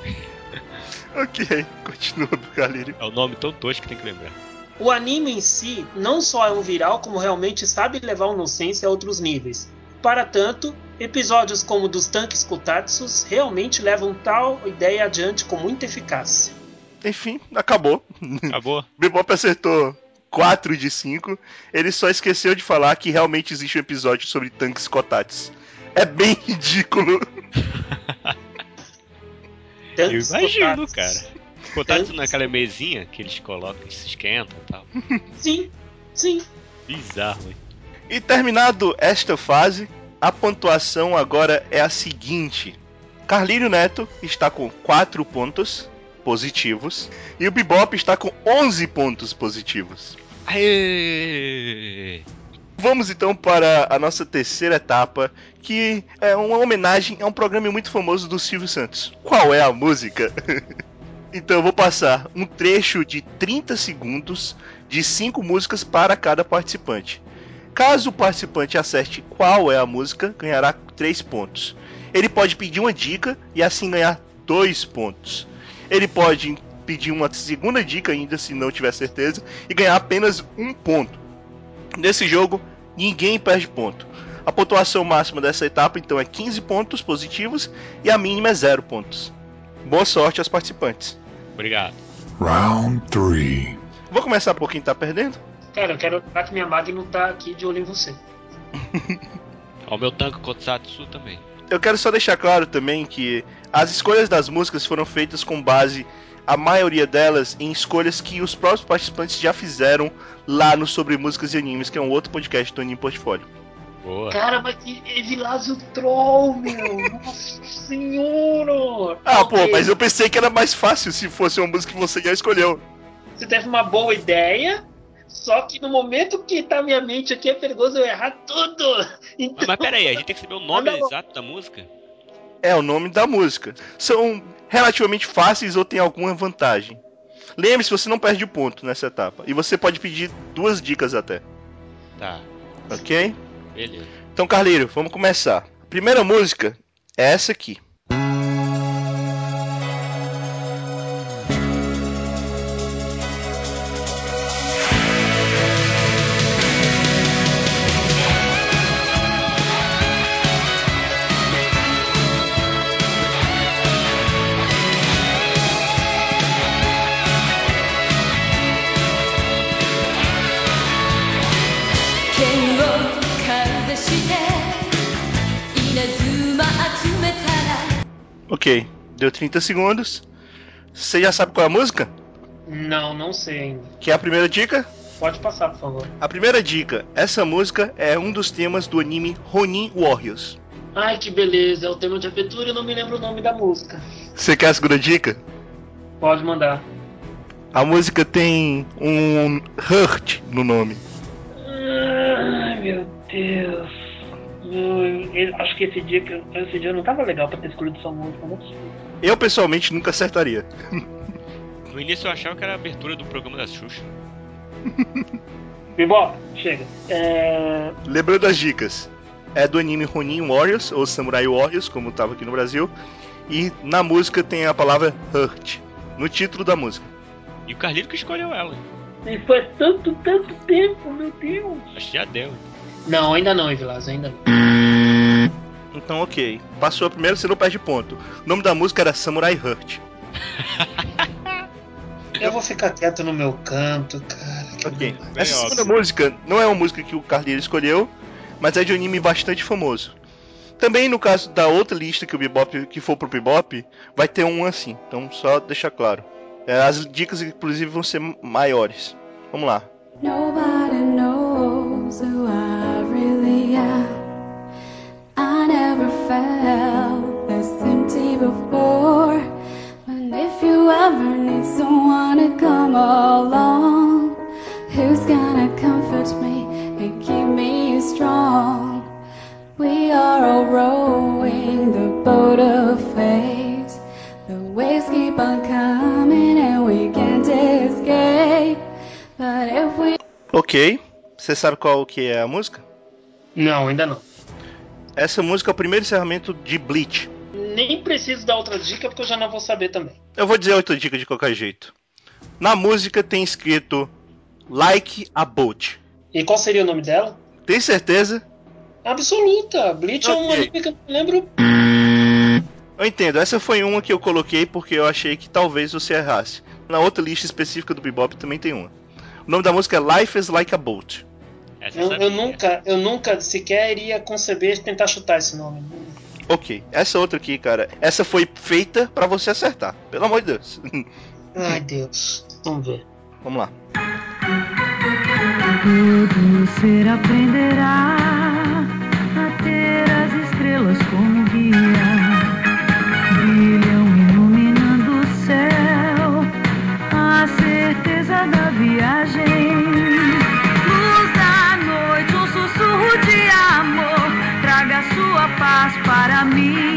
Ok, continua, Carlinho.
É um nome tão tosco que tem que lembrar.
O anime em si não só é um viral, como realmente sabe levar o nonsense a outros níveis. Para tanto, episódios como o dos tanques Kutatsus realmente levam tal ideia adiante com muita eficácia.
Enfim, acabou.
Acabou?
Bebop acertou 4 de 5. Ele só esqueceu de falar que realmente existe um episódio sobre tanques cotates. É bem ridículo.
Eu
Tanques
imagino,
Kutatsus.
cara. Contato naquela mesinha que eles colocam, que se esquentam e tal.
Sim, sim.
Bizarro, hein?
E terminado esta fase, a pontuação agora é a seguinte: Carlírio Neto está com 4 pontos positivos e o Bebop está com 11 pontos positivos.
Aê!
Vamos então para a nossa terceira etapa, que é uma homenagem a um programa muito famoso do Silvio Santos. Qual é a música? então eu vou passar um trecho de 30 segundos de cinco músicas para cada participante. Caso o participante acerte qual é a música, ganhará três pontos. Ele pode pedir uma dica e assim ganhar dois pontos. Ele pode pedir uma segunda dica ainda se não tiver certeza e ganhar apenas um ponto. Nesse jogo, ninguém perde ponto. A pontuação máxima dessa etapa então é 15 pontos positivos e a mínima é 0 pontos. Boa sorte aos participantes.
Obrigado.
Round 3.
Vou começar por quem tá perdendo?
Cara, eu quero lembrar que minha Magnum tá aqui de olho em você.
Ó, o meu tanque Kotsatsu também.
Eu quero só deixar claro também que as escolhas das músicas foram feitas com base, a maioria delas, em escolhas que os próprios participantes já fizeram lá no Sobre Músicas e Animes, que é um outro podcast do Anime Portfólio.
Boa.
Cara, mas que Evilásio Troll, meu! Nossa senhora!
Ah, pô,
Ok,
mas eu pensei que era mais fácil se fosse uma música que você já escolheu.
Você teve uma boa ideia, só que no momento que tá minha mente aqui é perigoso eu errar tudo!
Mas,
Então,
Ah, mas peraí, a gente tem que saber o nome
Manda-
exato da música?
É o nome da música. São relativamente fáceis ou tem alguma vantagem. Lembre-se, você não perde o ponto nessa etapa. E você pode pedir duas dicas até,
Tá,
ok?
beleza.
Então, Carleiro, vamos começar. A primeira música é essa aqui.
剣をかんでして稲妻集めたら
Ok, deu 30 segundos. Você já sabe qual é a música?
Não, não sei ainda.
Que é a primeira dica?
Pode passar, por favor.
A primeira dica, essa música é um dos temas do anime Ronin Warriors.
Ai, que beleza, é o tema de abertura e eu não me lembro o nome da música.
Você quer a segunda dica?
Pode mandar.
A música tem um hurt no nome.
Ai, meu Deus. Hum, eu acho que esse dia, que eu- esse dia não tava legal pra ter escolhido essa música, não é sei.
Eu pessoalmente nunca acertaria.
No início eu achava que era a abertura do programa da Xuxa.
Biboca, chega. É,
Lembrando as dicas, é do anime Ronin Warriors, ou Samurai Warriors, como tava aqui no Brasil. E na música tem a palavra hurt, no título da música.
E o Carlito que escolheu ela.
E faz tanto, tanto tempo, meu Deus.
Acho que já deu.
Não, ainda não, Evilás, ainda não.
Então ok, passou a primeira, você não perde ponto. O nome da música era Samurai Hurt.
Eu vou ficar quieto no meu canto, cara. que
Ok.
beleza.
Essa
óbvio.
segunda música não é uma música que o Cardeiro escolheu, mas é de um anime bastante famoso. Também no caso da outra lista que o Bebop, que for pro Bebop, vai ter um assim. Então só deixar claro. É, As dicas inclusive vão ser maiores. Vamos lá.
Nobody knows who I really am. I never felt this empty before. And if you ever need someone to come along, who's gonna comfort me and keep me strong? We are all rowing the boat of fate. The waves keep on coming and we can't escape. But if we
Ok. Você sabe qual que é a música?
Não, ainda não.
Essa música é o primeiro encerramento de Bleach.
Nem preciso dar outra dica porque eu já não vou saber também.
Eu vou dizer outra dica de qualquer jeito. Na música tem escrito Like a Boat.
E qual seria o nome dela?
Tem certeza?
Absoluta! Bleach é um
Ok.
anime que eu não lembro.
Eu entendo, essa foi uma que eu coloquei porque eu achei que talvez você errasse. Na outra lista específica do Bebop também tem uma. O nome da música é Life is Like a Boat.
Essa
Eu,
é?
sabia.
eu nunca, eu nunca sequer iria conceber de tentar chutar esse nome.
Ok, essa outra aqui, cara, essa foi feita pra você acertar. Pelo amor de Deus.
Ai, Deus. Vamos ver.
Vamos lá.
Tudo ser aprenderá a ter as estrelas como guia. Brilham iluminando o céu, a certeza da viagem. Luz da noite, um sussurro de amor, traga sua paz para mim.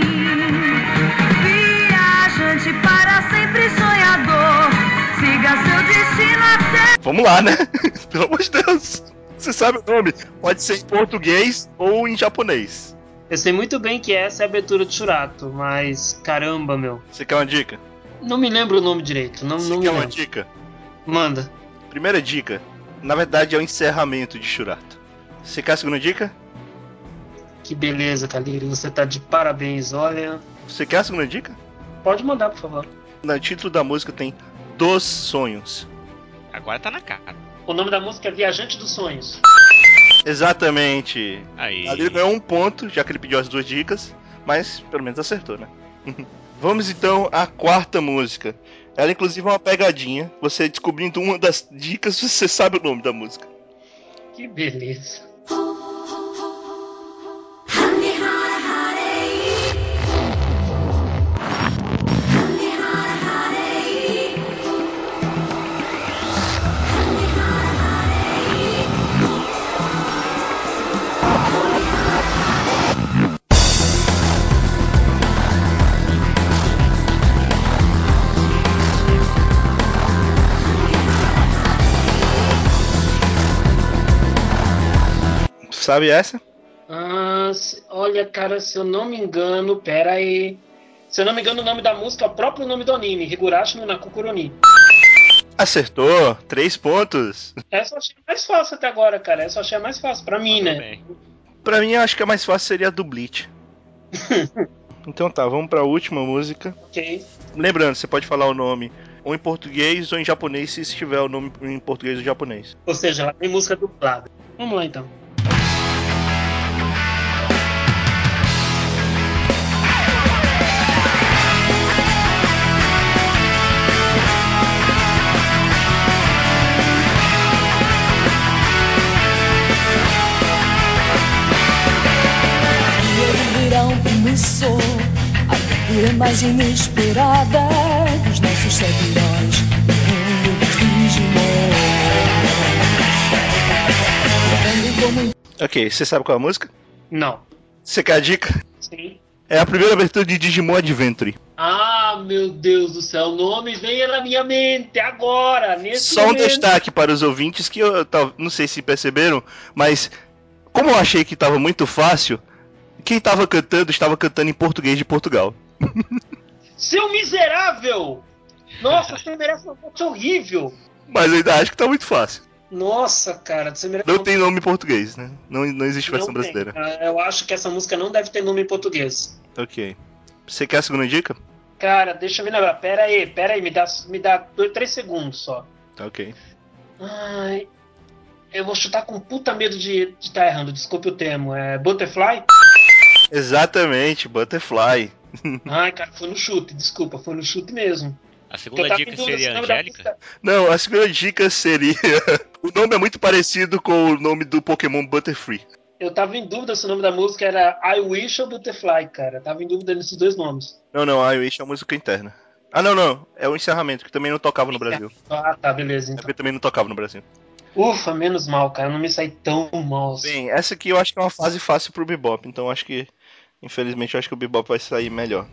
Viajante para sempre sonhador, siga seu destino até.
Vamos lá, né? Pelo amor de Deus. Você sabe o nome? Pode ser em português ou em japonês.
Eu sei muito bem que essa é a abertura de Churato, mas caramba, meu.
Você quer uma dica?
Não me lembro o nome direito. Não,
Você
não me
quer uma
lembro.
dica?
Manda.
Primeira dica. Na verdade é o encerramento de Shurato. Você quer a segunda dica?
Que beleza, Kaliri, você tá de parabéns, olha.
Você quer a segunda dica?
Pode mandar, por favor.
No título da música tem Dos Sonhos.
Agora tá na cara.
O nome da música é Viajante dos Sonhos.
Exatamente.
Aí.
Ali ganhou um ponto, já que ele pediu as duas dicas, mas pelo menos acertou, né? Vamos então à quarta música. Ela inclusive é uma pegadinha. Você descobrindo uma das dicas, você sabe o nome da música.
Que beleza.
Honey, honey, honey. Honey, honey, honey.
Sabe essa?
Ah, se- olha, cara, se eu não me engano, pera aí. Se eu não me engano, o nome da música é o próprio nome do anime, Higurashi no Nakukuroni.
Acertou, três pontos.
Essa eu achei a mais fácil até agora, cara. Essa eu achei a mais fácil pra mim,
Mandou
né?
bem.
Pra mim, eu acho que a mais fácil seria a do Bleach. então tá, vamos pra última música.
Ok.
Lembrando, você pode falar o nome ou em português ou em japonês, se tiver o nome em português ou japonês.
Ou seja, ela tem música dublada. Vamos lá então.
E o verão começou A aventura mais inesperada Dos nossos sete heróis do mundo dos Digimon Lutando como
Ok, você sabe qual é a música?
Não.
Você quer a dica?
Sim.
É a primeira abertura de Digimon Adventure.
Ah, meu Deus do céu, o nome veio na minha mente agora, nesse
Só um
momento.
destaque para os ouvintes que eu tal- não sei se perceberam, mas como eu achei que estava muito fácil, quem estava cantando estava cantando em português de Portugal.
Seu miserável! Nossa, você merece uma morte é horrível!
Mas eu ainda acho que tá muito fácil.
Nossa, cara, você merece
Não
uma
tem nome em português, né? Não, não existe
Não
versão
tem.
brasileira.
Ah, Eu acho que essa música não deve ter nome em português.
Ok. Você quer a segunda dica?
Cara, deixa eu me lembrar. Pera aí, pera aí, me dá, me dá dois, três segundos só.
Tá ok.
Ai, eu vou chutar com puta medo de estar errando, desculpe o termo. É Butterfly?
Exatamente, Butterfly.
Ai, cara, foi no chute, desculpa, foi no chute mesmo.
A
Porque tá eu
segunda
tava em
dica
dúvida se
seria
o nome da
Angélica?
música-
Não, a segunda dica seria. o nome é muito parecido com o nome do Pokémon Butterfree.
Eu tava em dúvida se o nome da música era I Wish ou Butterfly, cara. Eu tava em dúvida nesses dois nomes.
Não, não, a Wish é a música interna. Ah, não, não. É o encerramento, que também não tocava no Brasil.
Ah, tá, beleza.
É
Então.
porque também não tocava no Brasil.
Ufa, menos mal, cara. Eu não me saí tão mal. assim.
Bem, essa aqui eu acho que é uma fase fácil pro Bebop, então acho que, infelizmente, eu acho que o Bebop vai sair melhor.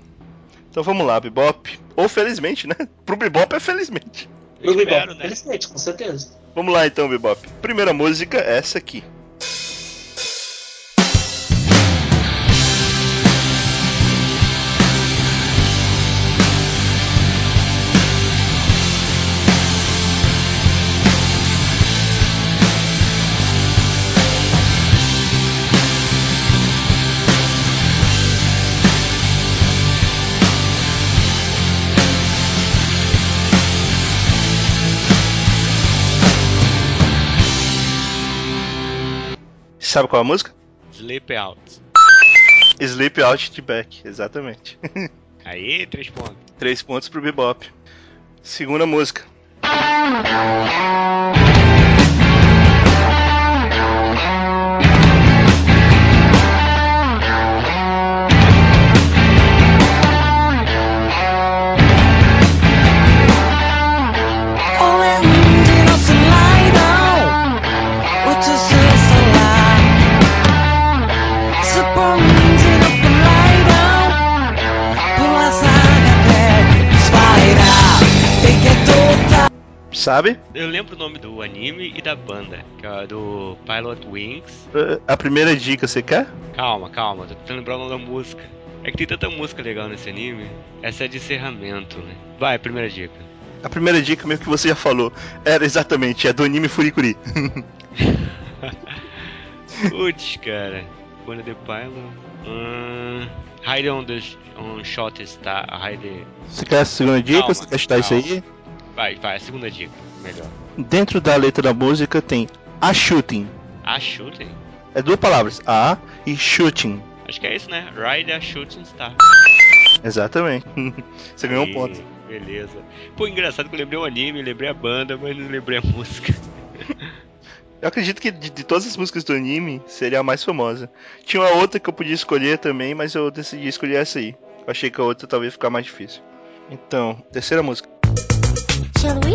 Então vamos lá, Bebop. Ou felizmente, né? Pro Bebop é felizmente.
Eu
Eu espero,
Bebop,
né?
Felizmente, com certeza.
Vamos lá então, Bebop. Primeira música é essa aqui. Sabe qual é a música?
Sleep Out.
Sleep Out de Back, exatamente.
Aí, três pontos.
Três pontos pro Bebop. Segunda música.
Oh, é Olhando e não se laidam, o teu celular. Se um pondo e não se laidam, pula saga até espairar. Tem que tocar.
Sabe?
Eu lembro o nome do anime e da banda, que é do Pilot Wings.
Eh, A primeira dica você quer?
Calma, calma, tô tentando lembrar o nome da música. É que tem tanta música legal nesse anime. Essa é de encerramento, né? Vai, primeira dica.
A primeira dica, meio que você já falou, era exatamente, é do anime Furikuri.
Putz, cara. California The Pilot. Hum, Hide on the on Shot Star. Hide.
Você quer a segunda dica
Calma,
ou você quer chutar isso aí?
Vai, vai, a segunda dica. Melhor.
Dentro da letra da música tem a shooting.
A Shooting?
É duas palavras, a e shooting.
Acho que é isso, né? Ride a Shooting Star.
Exatamente. Você ganhou um
Aí,
ponto.
Beleza. Pô, engraçado que eu lembrei o anime, lembrei a banda, mas não lembrei a música.
Eu acredito que de, de todas as músicas do anime, seria a mais famosa. Tinha uma outra que eu podia escolher também, mas eu decidi escolher essa aí. Eu achei que a outra talvez ficar mais difícil. Então, terceira música.
Shall we?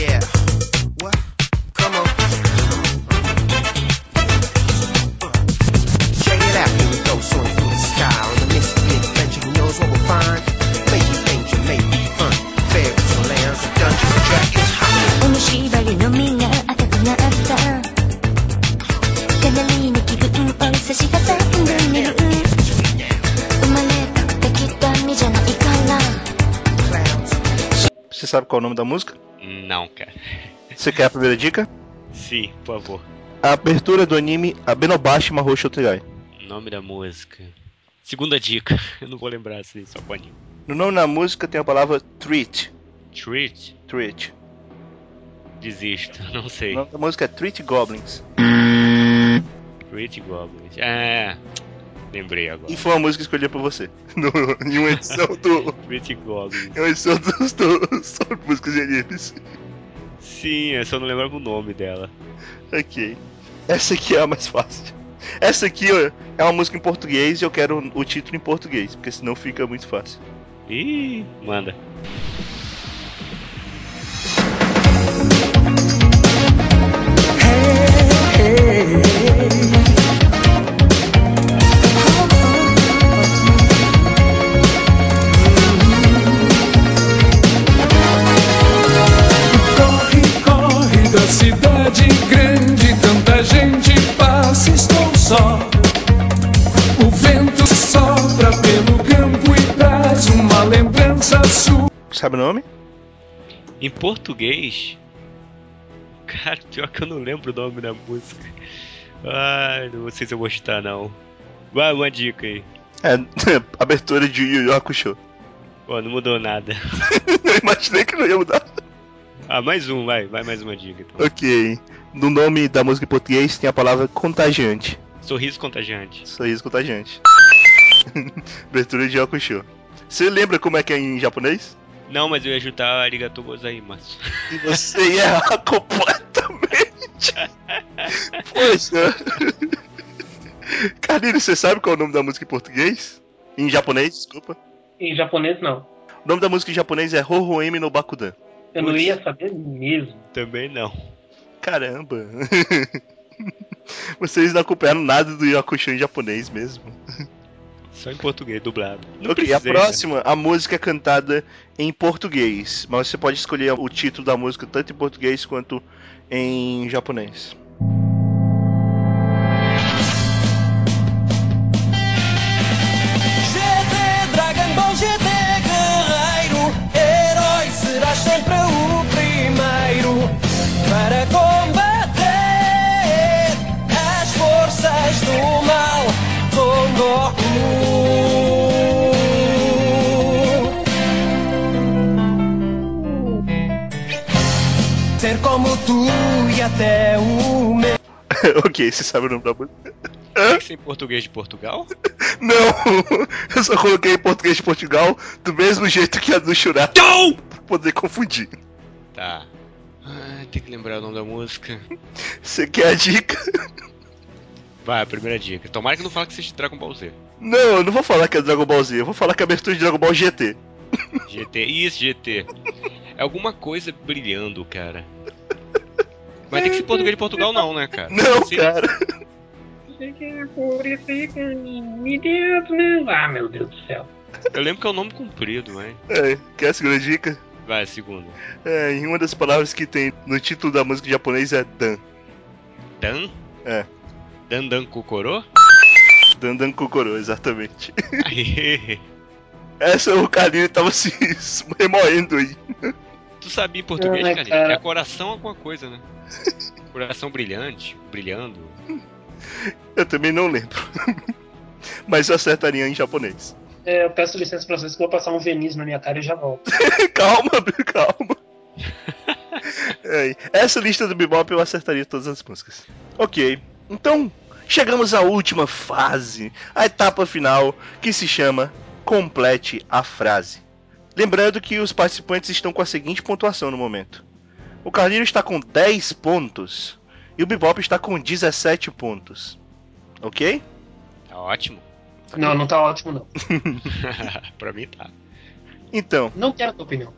Yeah. What? Come on. Check it out. Here we go. Soaring through the sky on a mystery adventure. Who knows what we'll find? Crazy things that may be fun. Fairy tale lands and dungeons and dragons.
紙縛りの身が赤くなったかなりの気分を差し挟んでみる生まれたくてきた身じゃないから
Clouds.
Você sabe qual é o nome da música?
Não, cara.
Você quer a primeira dica?
Sim, por favor.
A abertura do anime Abenobashi Mahou Shotegai.
Nome da música. Segunda dica. Eu não vou lembrar assim, só com anime.
No nome da música tem a palavra treat.
Treat?
Treat.
Desisto, não sei.
O nome da música é Treat Goblins.
Treat Goblins. É. Lembrei agora.
E foi uma música escolhida por você. No, em uma edição do.
Treat Goblins.
Em uma edição dos, dos sobre músicas de animes.
Sim, eu só não lembrava o nome dela.
Ok. Essa aqui é a mais fácil. Essa aqui ó, é uma música em português e eu quero o título em português, porque senão fica muito fácil.
Ih, manda.
Corre, corre da cidade grande, tanta gente passa, estou só. O vento sopra pelo campo e traz uma lembrança sua.
Sabe o nome?
Em português. Cara, pior que eu não lembro o nome da música. Ai, não sei se eu vou chutar, não. Vai, uma dica aí.
É, abertura de Yu Yu Hakusho.
Pô, não mudou nada.
Eu imaginei que não ia mudar.
Ah, mais um, vai, vai mais uma dica. Então.
Ok. No nome da música em português tem a palavra contagiante.
Sorriso contagiante.
Sorriso contagiante. abertura de Yu Yu Hakusho. Você lembra como é que é em japonês?
Não, mas eu ia chutar Arigatou gozaimasu.
E você ia errar completamente. Poxa. Carlinhos, você sabe qual é o nome da música em português? Em japonês, desculpa.
Em japonês, não.
O nome da música em japonês é Hohoemi no Bakudan.
Eu não
Putz.
ia saber mesmo.
Também não.
Caramba. Vocês não acompanharam nada do Yakusho em japonês mesmo.
Só em português, dublado. Não
ok, a
precisei, né?
próxima, a música é cantada em português. Mas você pode escolher o título da música tanto em português quanto em japonês.
GT, Dragon Ball GT, guerreiro, herói, serás sempre o primeiro para combater as forças do mal com Goku. Ser como tu e até um. o meu.
ok, você sabe o nome da música?
né? Tem que ser em português de Portugal?
Não! Eu só coloquei em português de Portugal do mesmo jeito que a do Shura. Tchau! Pra poder confundir.
Tá. Ah, tem que lembrar o nome da música.
Você quer a dica?
Vai, a primeira dica. Tomara que não fale que você Dragon Ball Z.
Não, eu não vou falar que é Dragon Ball Z, eu vou falar que é a abertura de Dragon Ball GT.
GT. Isso, GT. É alguma coisa brilhando, cara. Mas tem que ser português de Portugal não, né, cara?
Não,
Se-
cara.
Ah, meu Deus do céu.
Eu lembro que é o nome comprido, né?
É, quer a segunda dica?
Vai, a segunda.
É, e uma das palavras que tem no título da música japonesa é Dan.
Dan?
É.
Dan Dan Kokoro?
Dan Dan Kokoro, exatamente.
Aê.
Essa o Kalina tava se remoendo aí.
Tu sabia em português,
Ai,
cara?
cara.
É coração alguma coisa, né? Coração brilhante, brilhando.
Eu também não lembro. Mas eu acertaria em japonês.
É, eu peço licença pra vocês que eu vou passar um verniz na minha cara e já volto.
calma, calma. É, Essa lista do Bebop eu acertaria todas as músicas. Ok, então chegamos à última fase, a etapa final, que se chama Complete a Frase. Lembrando que os participantes estão com a seguinte pontuação no momento: o Carlinho está com 10 pontos e o Bebop está com 17 pontos. Ok?
Tá ótimo.
Não, não tá ótimo, não.
pra mim tá.
Então,
Não quero a tua opinião.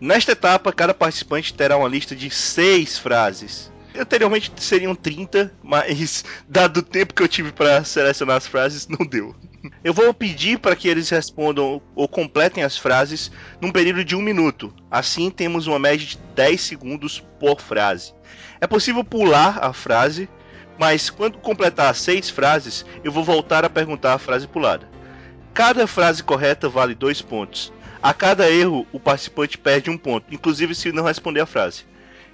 Nesta etapa, cada participante terá uma lista de seis frases. Anteriormente seriam 30, mas dado o tempo que eu tive para selecionar as frases, não deu. Eu vou pedir para que eles respondam ou completem as frases num período de um minuto. Assim temos uma média de 10 segundos por frase. É possível pular a frase, mas quando completar as seis frases, eu vou voltar a perguntar a frase pulada. Cada frase correta vale dois pontos. A cada erro, o participante perde um ponto, inclusive se não responder a frase.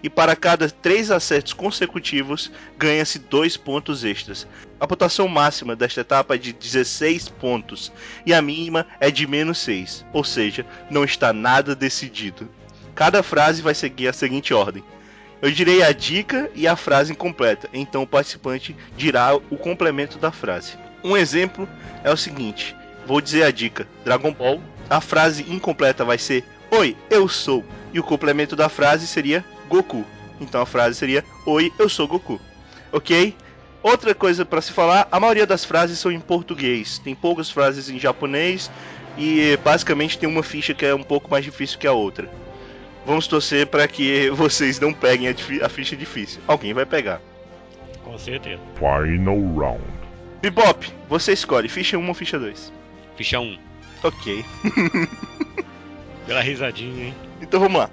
E para cada três acertos consecutivos, ganha-se dois pontos extras. A pontuação máxima desta etapa é de 16 pontos e a mínima é de menos 6, ou seja, não está nada decidido. Cada frase vai seguir a seguinte ordem: eu direi a dica e a frase incompleta, então o participante dirá o complemento da frase. Um exemplo é o seguinte: vou dizer a dica, Dragon Ball. A frase incompleta vai ser Oi, eu sou. E o complemento da frase seria Goku. Então a frase seria Oi, eu sou Goku. Ok? Outra coisa para se falar: a maioria das frases são em português, tem poucas frases em japonês e eh, basicamente tem uma ficha que é um pouco mais difícil que a outra. Vamos torcer para que vocês não peguem a, difi- a ficha difícil. Alguém vai pegar.
Com certeza.
Final round.
Bebop, você escolhe ficha 1 ou ficha 2?
Ficha 1.
Ok.
Pela risadinha, hein?
Então vamos lá.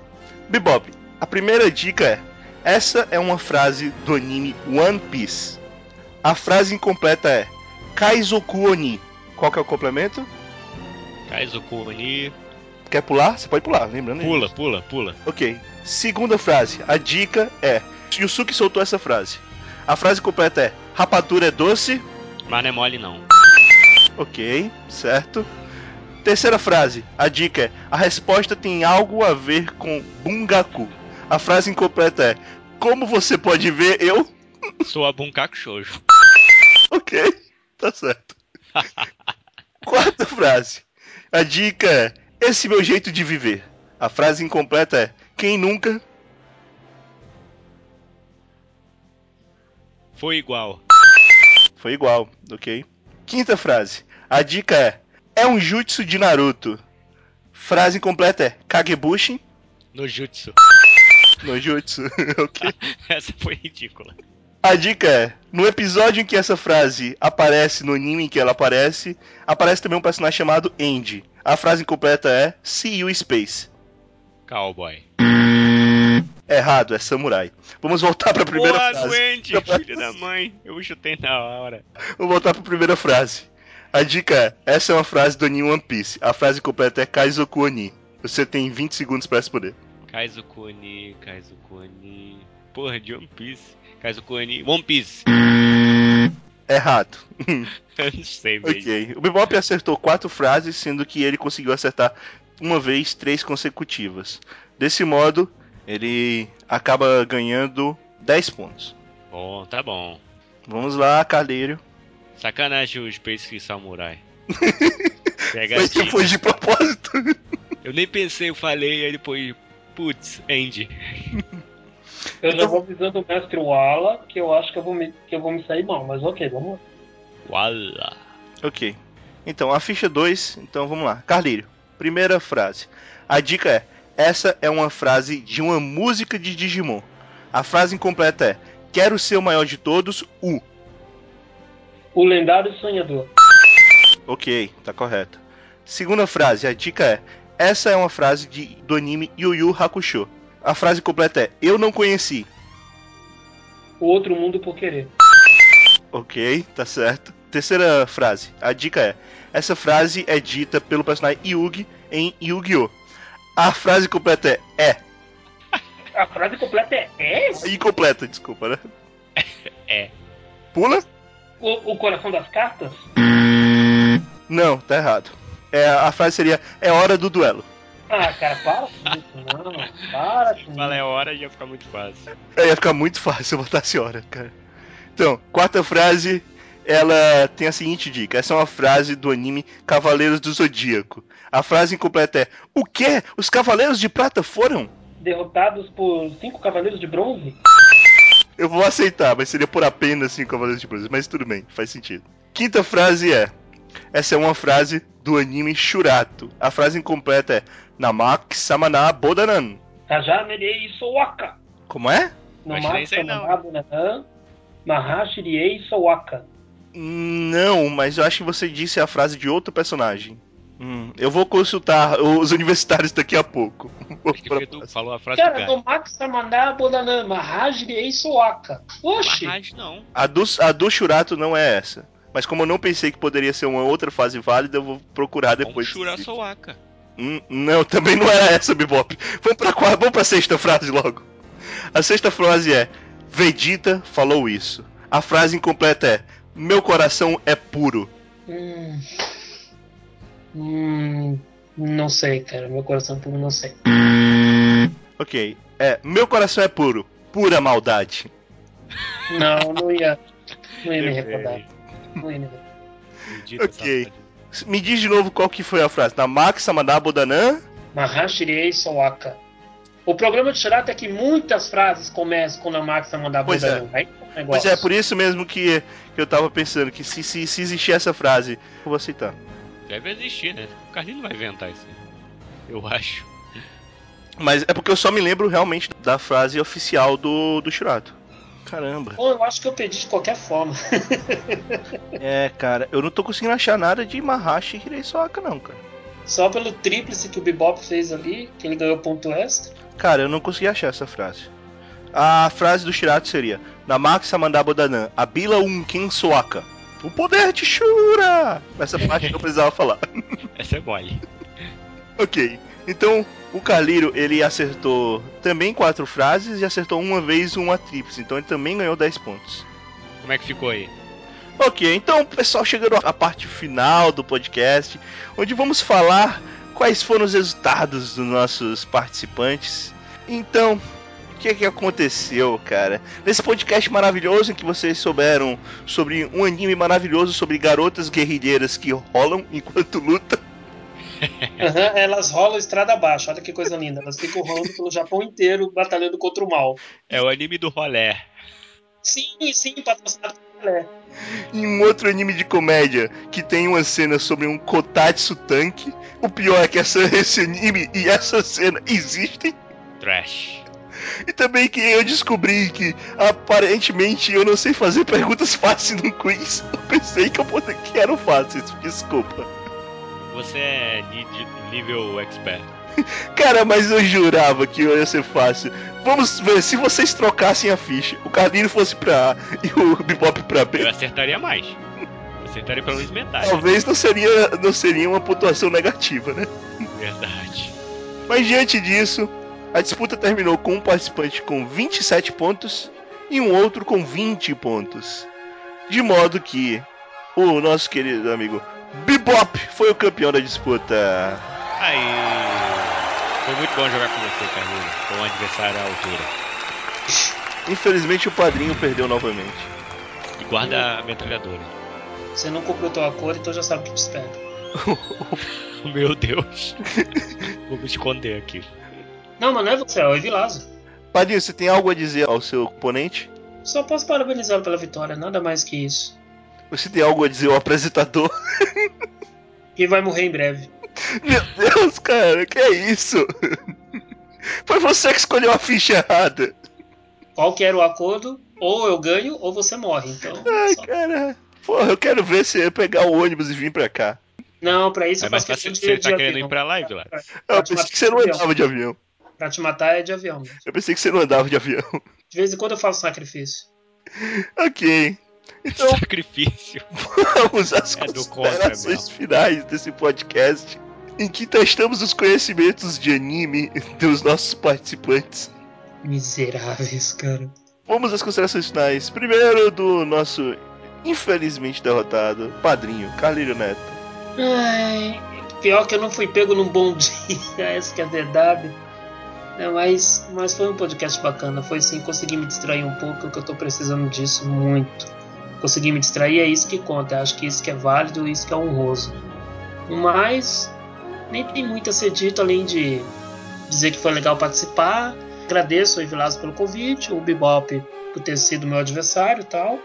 Bebop, a primeira dica é: essa é uma frase do anime One Piece. A frase incompleta é Kaizoku Oni. Qual que é o complemento?
Traz o cu ali.
Quer pular? Você pode pular, lembrando. aí.
Pula, pula, pula.
Ok. Segunda frase. A dica é: Yusuke soltou essa frase. A frase completa é: rapadura é doce.
Mas não é mole não.
Ok, certo. Terceira frase. A dica é: a resposta tem algo a ver com Bungaku. A frase incompleta é: como você pode ver, eu
Sou a Bunkaku Shoujo.
Ok, tá certo. Quarta frase. A dica é: esse meu jeito de viver. A frase incompleta é: quem nunca?
Foi igual.
Foi igual, ok? Quinta frase. A dica é: é um jutsu de Naruto. Frase incompleta é: Kagebushi
No jutsu.
no jutsu, ok?
Essa foi ridícula.
A dica é: no episódio em que essa frase aparece, no anime em que ela aparece, aparece também um personagem chamado Andy. A frase incompleta é: See you Space.
Cowboy.
Errado, é samurai. Vamos voltar pra primeira
Boa,
frase.
doente, filho da mãe. Eu chutei na hora.
Vamos voltar pra primeira frase. A dica é: essa é uma frase do Ninho One Piece. A frase completa é Kaizoku Oni. Você tem 20 segundos pra responder.
Kaizukuni, Kaizukuni. Porra, de One Piece. Kaizukuni. One Piece.
Errado.
Eu não sei mesmo.
ok. O Bebop acertou quatro frases, sendo que ele conseguiu acertar uma vez três consecutivas. Desse modo, ele acaba ganhando 10 pontos.
Bom, tá bom.
Vamos lá, Carneiro.
Sacanagem o Space Samurai. Pega
Mas que
aqui.
foi de propósito.
Eu nem pensei, eu falei, aí ele foi. Putz, Andy.
Eu
Então-
já vou avisando o mestre Wala que eu acho que eu vou me, que eu vou me sair mal, mas ok, vamos lá.
Wala.
Ok. Então, a ficha 2, então vamos lá. Carlírio, primeira frase. A dica é: essa é uma frase de uma música de Digimon. A frase incompleta é: quero ser o maior de todos, U.
O lendário sonhador.
Ok, tá correto. Segunda frase, a dica é: essa é uma frase de, do anime Yu Yu Hakusho. A frase completa é: eu não conheci.
O outro mundo por querer.
Ok, tá certo. Terceira frase. A dica é: essa frase é dita pelo personagem Yugi em Yu-Gi-Oh! A frase completa é: é.
A frase completa é é?
Incompleta, desculpa, né?
É.
Pula?
o, o coração das cartas?
Não, tá errado. É, a frase seria: É hora do duelo.
Ah, cara, para com isso, não. Para com isso.
Fala é hora e ia ficar muito fácil.
É, ia ficar muito fácil botar a senhora, cara. Então, quarta frase, ela tem a seguinte dica. Essa é uma frase do anime Cavaleiros do Zodíaco. A frase incompleta é: O quê? Os Cavaleiros de Prata foram?
Derrotados por cinco cavaleiros de bronze?
Eu vou aceitar, mas seria por apenas cinco Cavaleiros de Bronze, mas tudo bem, faz sentido. Quinta frase é: Essa é uma frase do anime Shurato. A frase incompleta é: Namak Samana Bodanan.
Tajá, Nerei e Souaka.
Como é?
No
Mas nem sei não.
Mahabunahan, Mahashiriei e Souaka.
Não, mas eu acho que você disse a frase de outro personagem. Hum, eu vou consultar os universitários daqui a pouco. Vou
Acho que
pra
o Edu
próxima.
falou a frase do
Cara,
Gai.
no Max Samaná Bodanan, Mahashiriei e Souaka. Oxi!
Mas não.
A do, a do Shurato não é essa. Mas como eu não pensei que poderia ser uma outra fase válida, eu vou procurar depois.
Depois Shura Soaka.
Hum, não, também não era essa, Bebop. Vamos pra, qua- vamos pra sexta frase logo. A sexta frase é: Vegeta falou isso. A frase incompleta é: Meu coração é puro.
Hum. Hum. Não sei, cara. Meu coração puro não sei.
Ok, é: Meu coração é puro. Pura maldade.
Não, não ia. Não ia me
Errei.
recordar. Não ia me recordar.
Bendita essa
Ok.
frase.
Me diz de novo qual que foi a frase. Na Max Samanabo Danan?
Mahashirei Soaka. O programa de Shirata é que muitas frases começam com a Max mandar
Pois
bunda. Aí é um
Pois
negócio.
é, por isso mesmo que eu tava pensando que se, se, se existir essa frase, eu vou aceitar.
Deve existir, né? O Carlinho não vai inventar isso. né? Eu acho.
Mas é porque eu só me lembro realmente da frase oficial do, do Shurato. Caramba.
Bom, eu acho que eu perdi de qualquer forma.
É, cara, eu não tô conseguindo achar nada de Mahashi e Hirei Soaka, não, cara.
Só pelo tríplice que o Bebop fez ali, que ele ganhou ponto extra.
Cara, eu não consegui achar essa frase. A frase do Shirato seria: Namak Samandabo Danan, Abila Unken Soaka. O poder de Shura! Essa parte eu não precisava falar.
Essa é mole.
Ok. Então, o Caliro, ele acertou também quatro frases e acertou uma vez uma tríplice. Então ele também ganhou 10 pontos.
Como é que ficou aí?
Ok, então, pessoal, chegando à parte final do podcast, onde vamos falar quais foram os resultados dos nossos participantes. Então, o que, que aconteceu, cara? Nesse podcast maravilhoso em que vocês souberam sobre um anime maravilhoso sobre garotas guerrilheiras que rolam enquanto lutam.
Aham, elas rolam estrada abaixo. Olha que coisa linda. Elas ficam rolando pelo Japão inteiro, batalhando contra o mal.
É o anime do rolé.
Sim, sim, patrocinado por Pelé.
em um outro anime de comédia que tem uma cena sobre um Kotatsu tanque. O pior é que essa- esse anime e essa cena existem.
Trash.
E também que eu descobri que aparentemente eu não sei fazer perguntas fáceis no quiz. Eu pensei que, eu pod- que eram fáceis, desculpa.
Você é ni- de nível expert.
Cara, mas eu jurava que ia ser fácil. Vamos ver, se vocês trocassem a ficha, o Carlinho fosse pra A e o Bebop pra B,
Eu acertaria mais. Eu Acertaria pelo menos metade.
talvez não seria, não seria uma pontuação negativa, né?
Verdade.
Mas diante disso, a disputa terminou com um participante com 27 pontos e um outro com 20 pontos. De modo que o nosso querido amigo Bebop foi o campeão da disputa.
Aí. Foi muito bom jogar com você, Carlinhos. Foi um adversário à altura.
Infelizmente o padrinho perdeu novamente.
E guarda a metralhadora.
Você não completou a cor, então já sabe o que te espera.
Meu Deus. Vou me esconder aqui.
Não, mas não é você, é o Evilazo.
Padrinho, você tem algo a dizer ao seu oponente?
Só posso parabenizá-lo pela vitória, nada mais que isso.
Você tem algo a dizer ao apresentador?
E vai morrer em breve.
Meu Deus, cara, que é isso? Foi você que escolheu a ficha errada.
Qual que era o acordo? Ou eu ganho ou você morre. Então,
Ai,
só-
cara. Porra, eu quero ver se eu pegar o ônibus e vir pra cá.
não, pra isso
É
eu
mais
faço
fácil
questão
você
de,
tá
de
querendo ir
avião.
pra lá, Eduardo.
Eu pensei que você não andava de avião.
Pra te matar é de avião. De
Eu pensei que você não andava de avião.
vez em quando eu faço sacrifício.
ok. Então
Sacrifício.
vamos às
É do contra,
considerações finais desse podcast, em que testamos os conhecimentos de anime dos nossos participantes.
Miseráveis, cara.
Vamos às considerações finais. Primeiro do nosso infelizmente derrotado, padrinho Carlírio Neto.
Ai, pior que eu não fui pego num bom dia, essa que é a verdade. Não, mas, mas foi um podcast bacana, foi sim, consegui me distrair um pouco, que eu tô precisando disso muito. Consegui me distrair, é isso que conta, acho que isso que é válido, isso que é honroso. Mas nem tem muito a ser dito além de dizer que foi legal participar. Agradeço ao Evilas pelo convite, o Bibop por ter sido meu adversário e tal.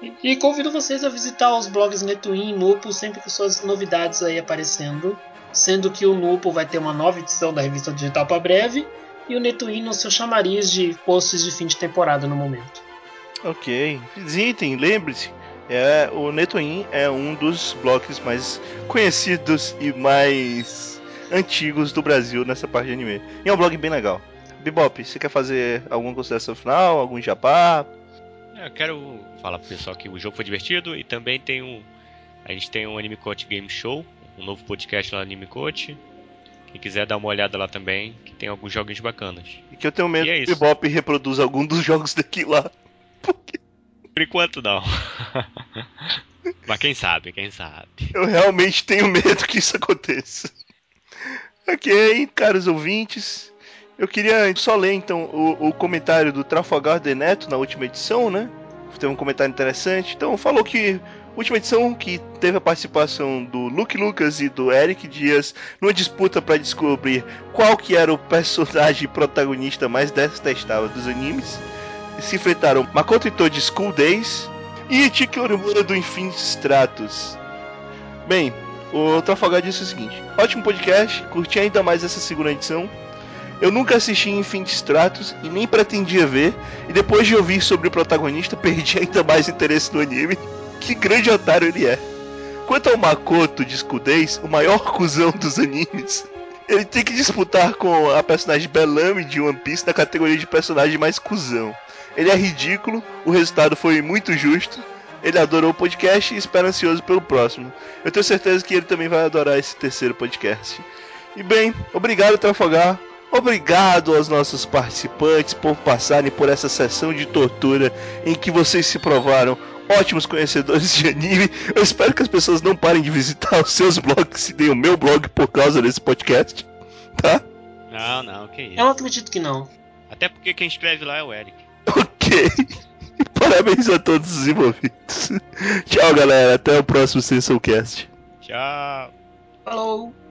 E, e convido vocês a visitar os blogs Netuin e Nupo sempre com suas novidades aí aparecendo. Sendo que o Nupo vai ter uma nova edição da revista digital para breve e o Netuin no seu chamariz de posts de fim de temporada no momento.
Ok, visitem, lembre-se, é, o Netoin é um dos blogs mais conhecidos e mais antigos do Brasil nessa parte de anime. E é um blog bem legal. Bibop, você quer fazer alguma consideração final, algum japá?
É, Eu quero falar pro pessoal que o jogo foi divertido e também tem um. A gente tem um Anime Coach Game Show, um novo podcast lá no Anime Coach. Quem quiser dar uma olhada lá também, que tem alguns joguinhos bacanas.
E que eu tenho medo
E é
que o
isso.
Bebop reproduza algum dos jogos daqui lá. Porque
Por enquanto não. Mas quem sabe, quem sabe.
eu realmente tenho medo que isso aconteça. Ok, caros ouvintes. Eu queria só ler então o, o comentário do Trafagar de Neto na última edição, né? Teve um comentário interessante. Então falou que última edição que teve a participação do Luke Lucas e do Eric Dias numa disputa para descobrir qual que era o personagem protagonista mais detestável dos animes. Se enfrentaram Makoto Ito de School Days e Tiki Orimura do Infin Stratos. Bem, o Trafagar disse o seguinte: ótimo podcast, curti ainda mais essa segunda edição. Eu nunca assisti Enfim de Stratos e nem pretendia ver, e depois de ouvir sobre o protagonista, perdi ainda mais interesse no anime. Que grande otário ele é. Quanto ao Makoto de Escudez, o maior cuzão dos animes, ele tem que disputar com a personagem Bellamy de One Piece na categoria de personagem mais cuzão. Ele é ridículo, o resultado foi muito justo. Ele adorou o podcast e espera ansioso pelo próximo. Eu tenho certeza que ele também vai adorar esse terceiro podcast. E bem, obrigado, Trafagar. Obrigado aos nossos participantes por passarem por essa sessão de tortura em que vocês se provaram ótimos conhecedores de anime. Eu espero que as pessoas não parem de visitar os seus blogs e nem o meu blog por causa desse podcast, tá?
Não, não, que isso.
Eu acredito que não.
Até porque quem escreve lá é o Eric.
Ok. Parabéns a todos os envolvidos. Tchau, galera. Até o próximo Sensãocast.
Tchau.
Falou!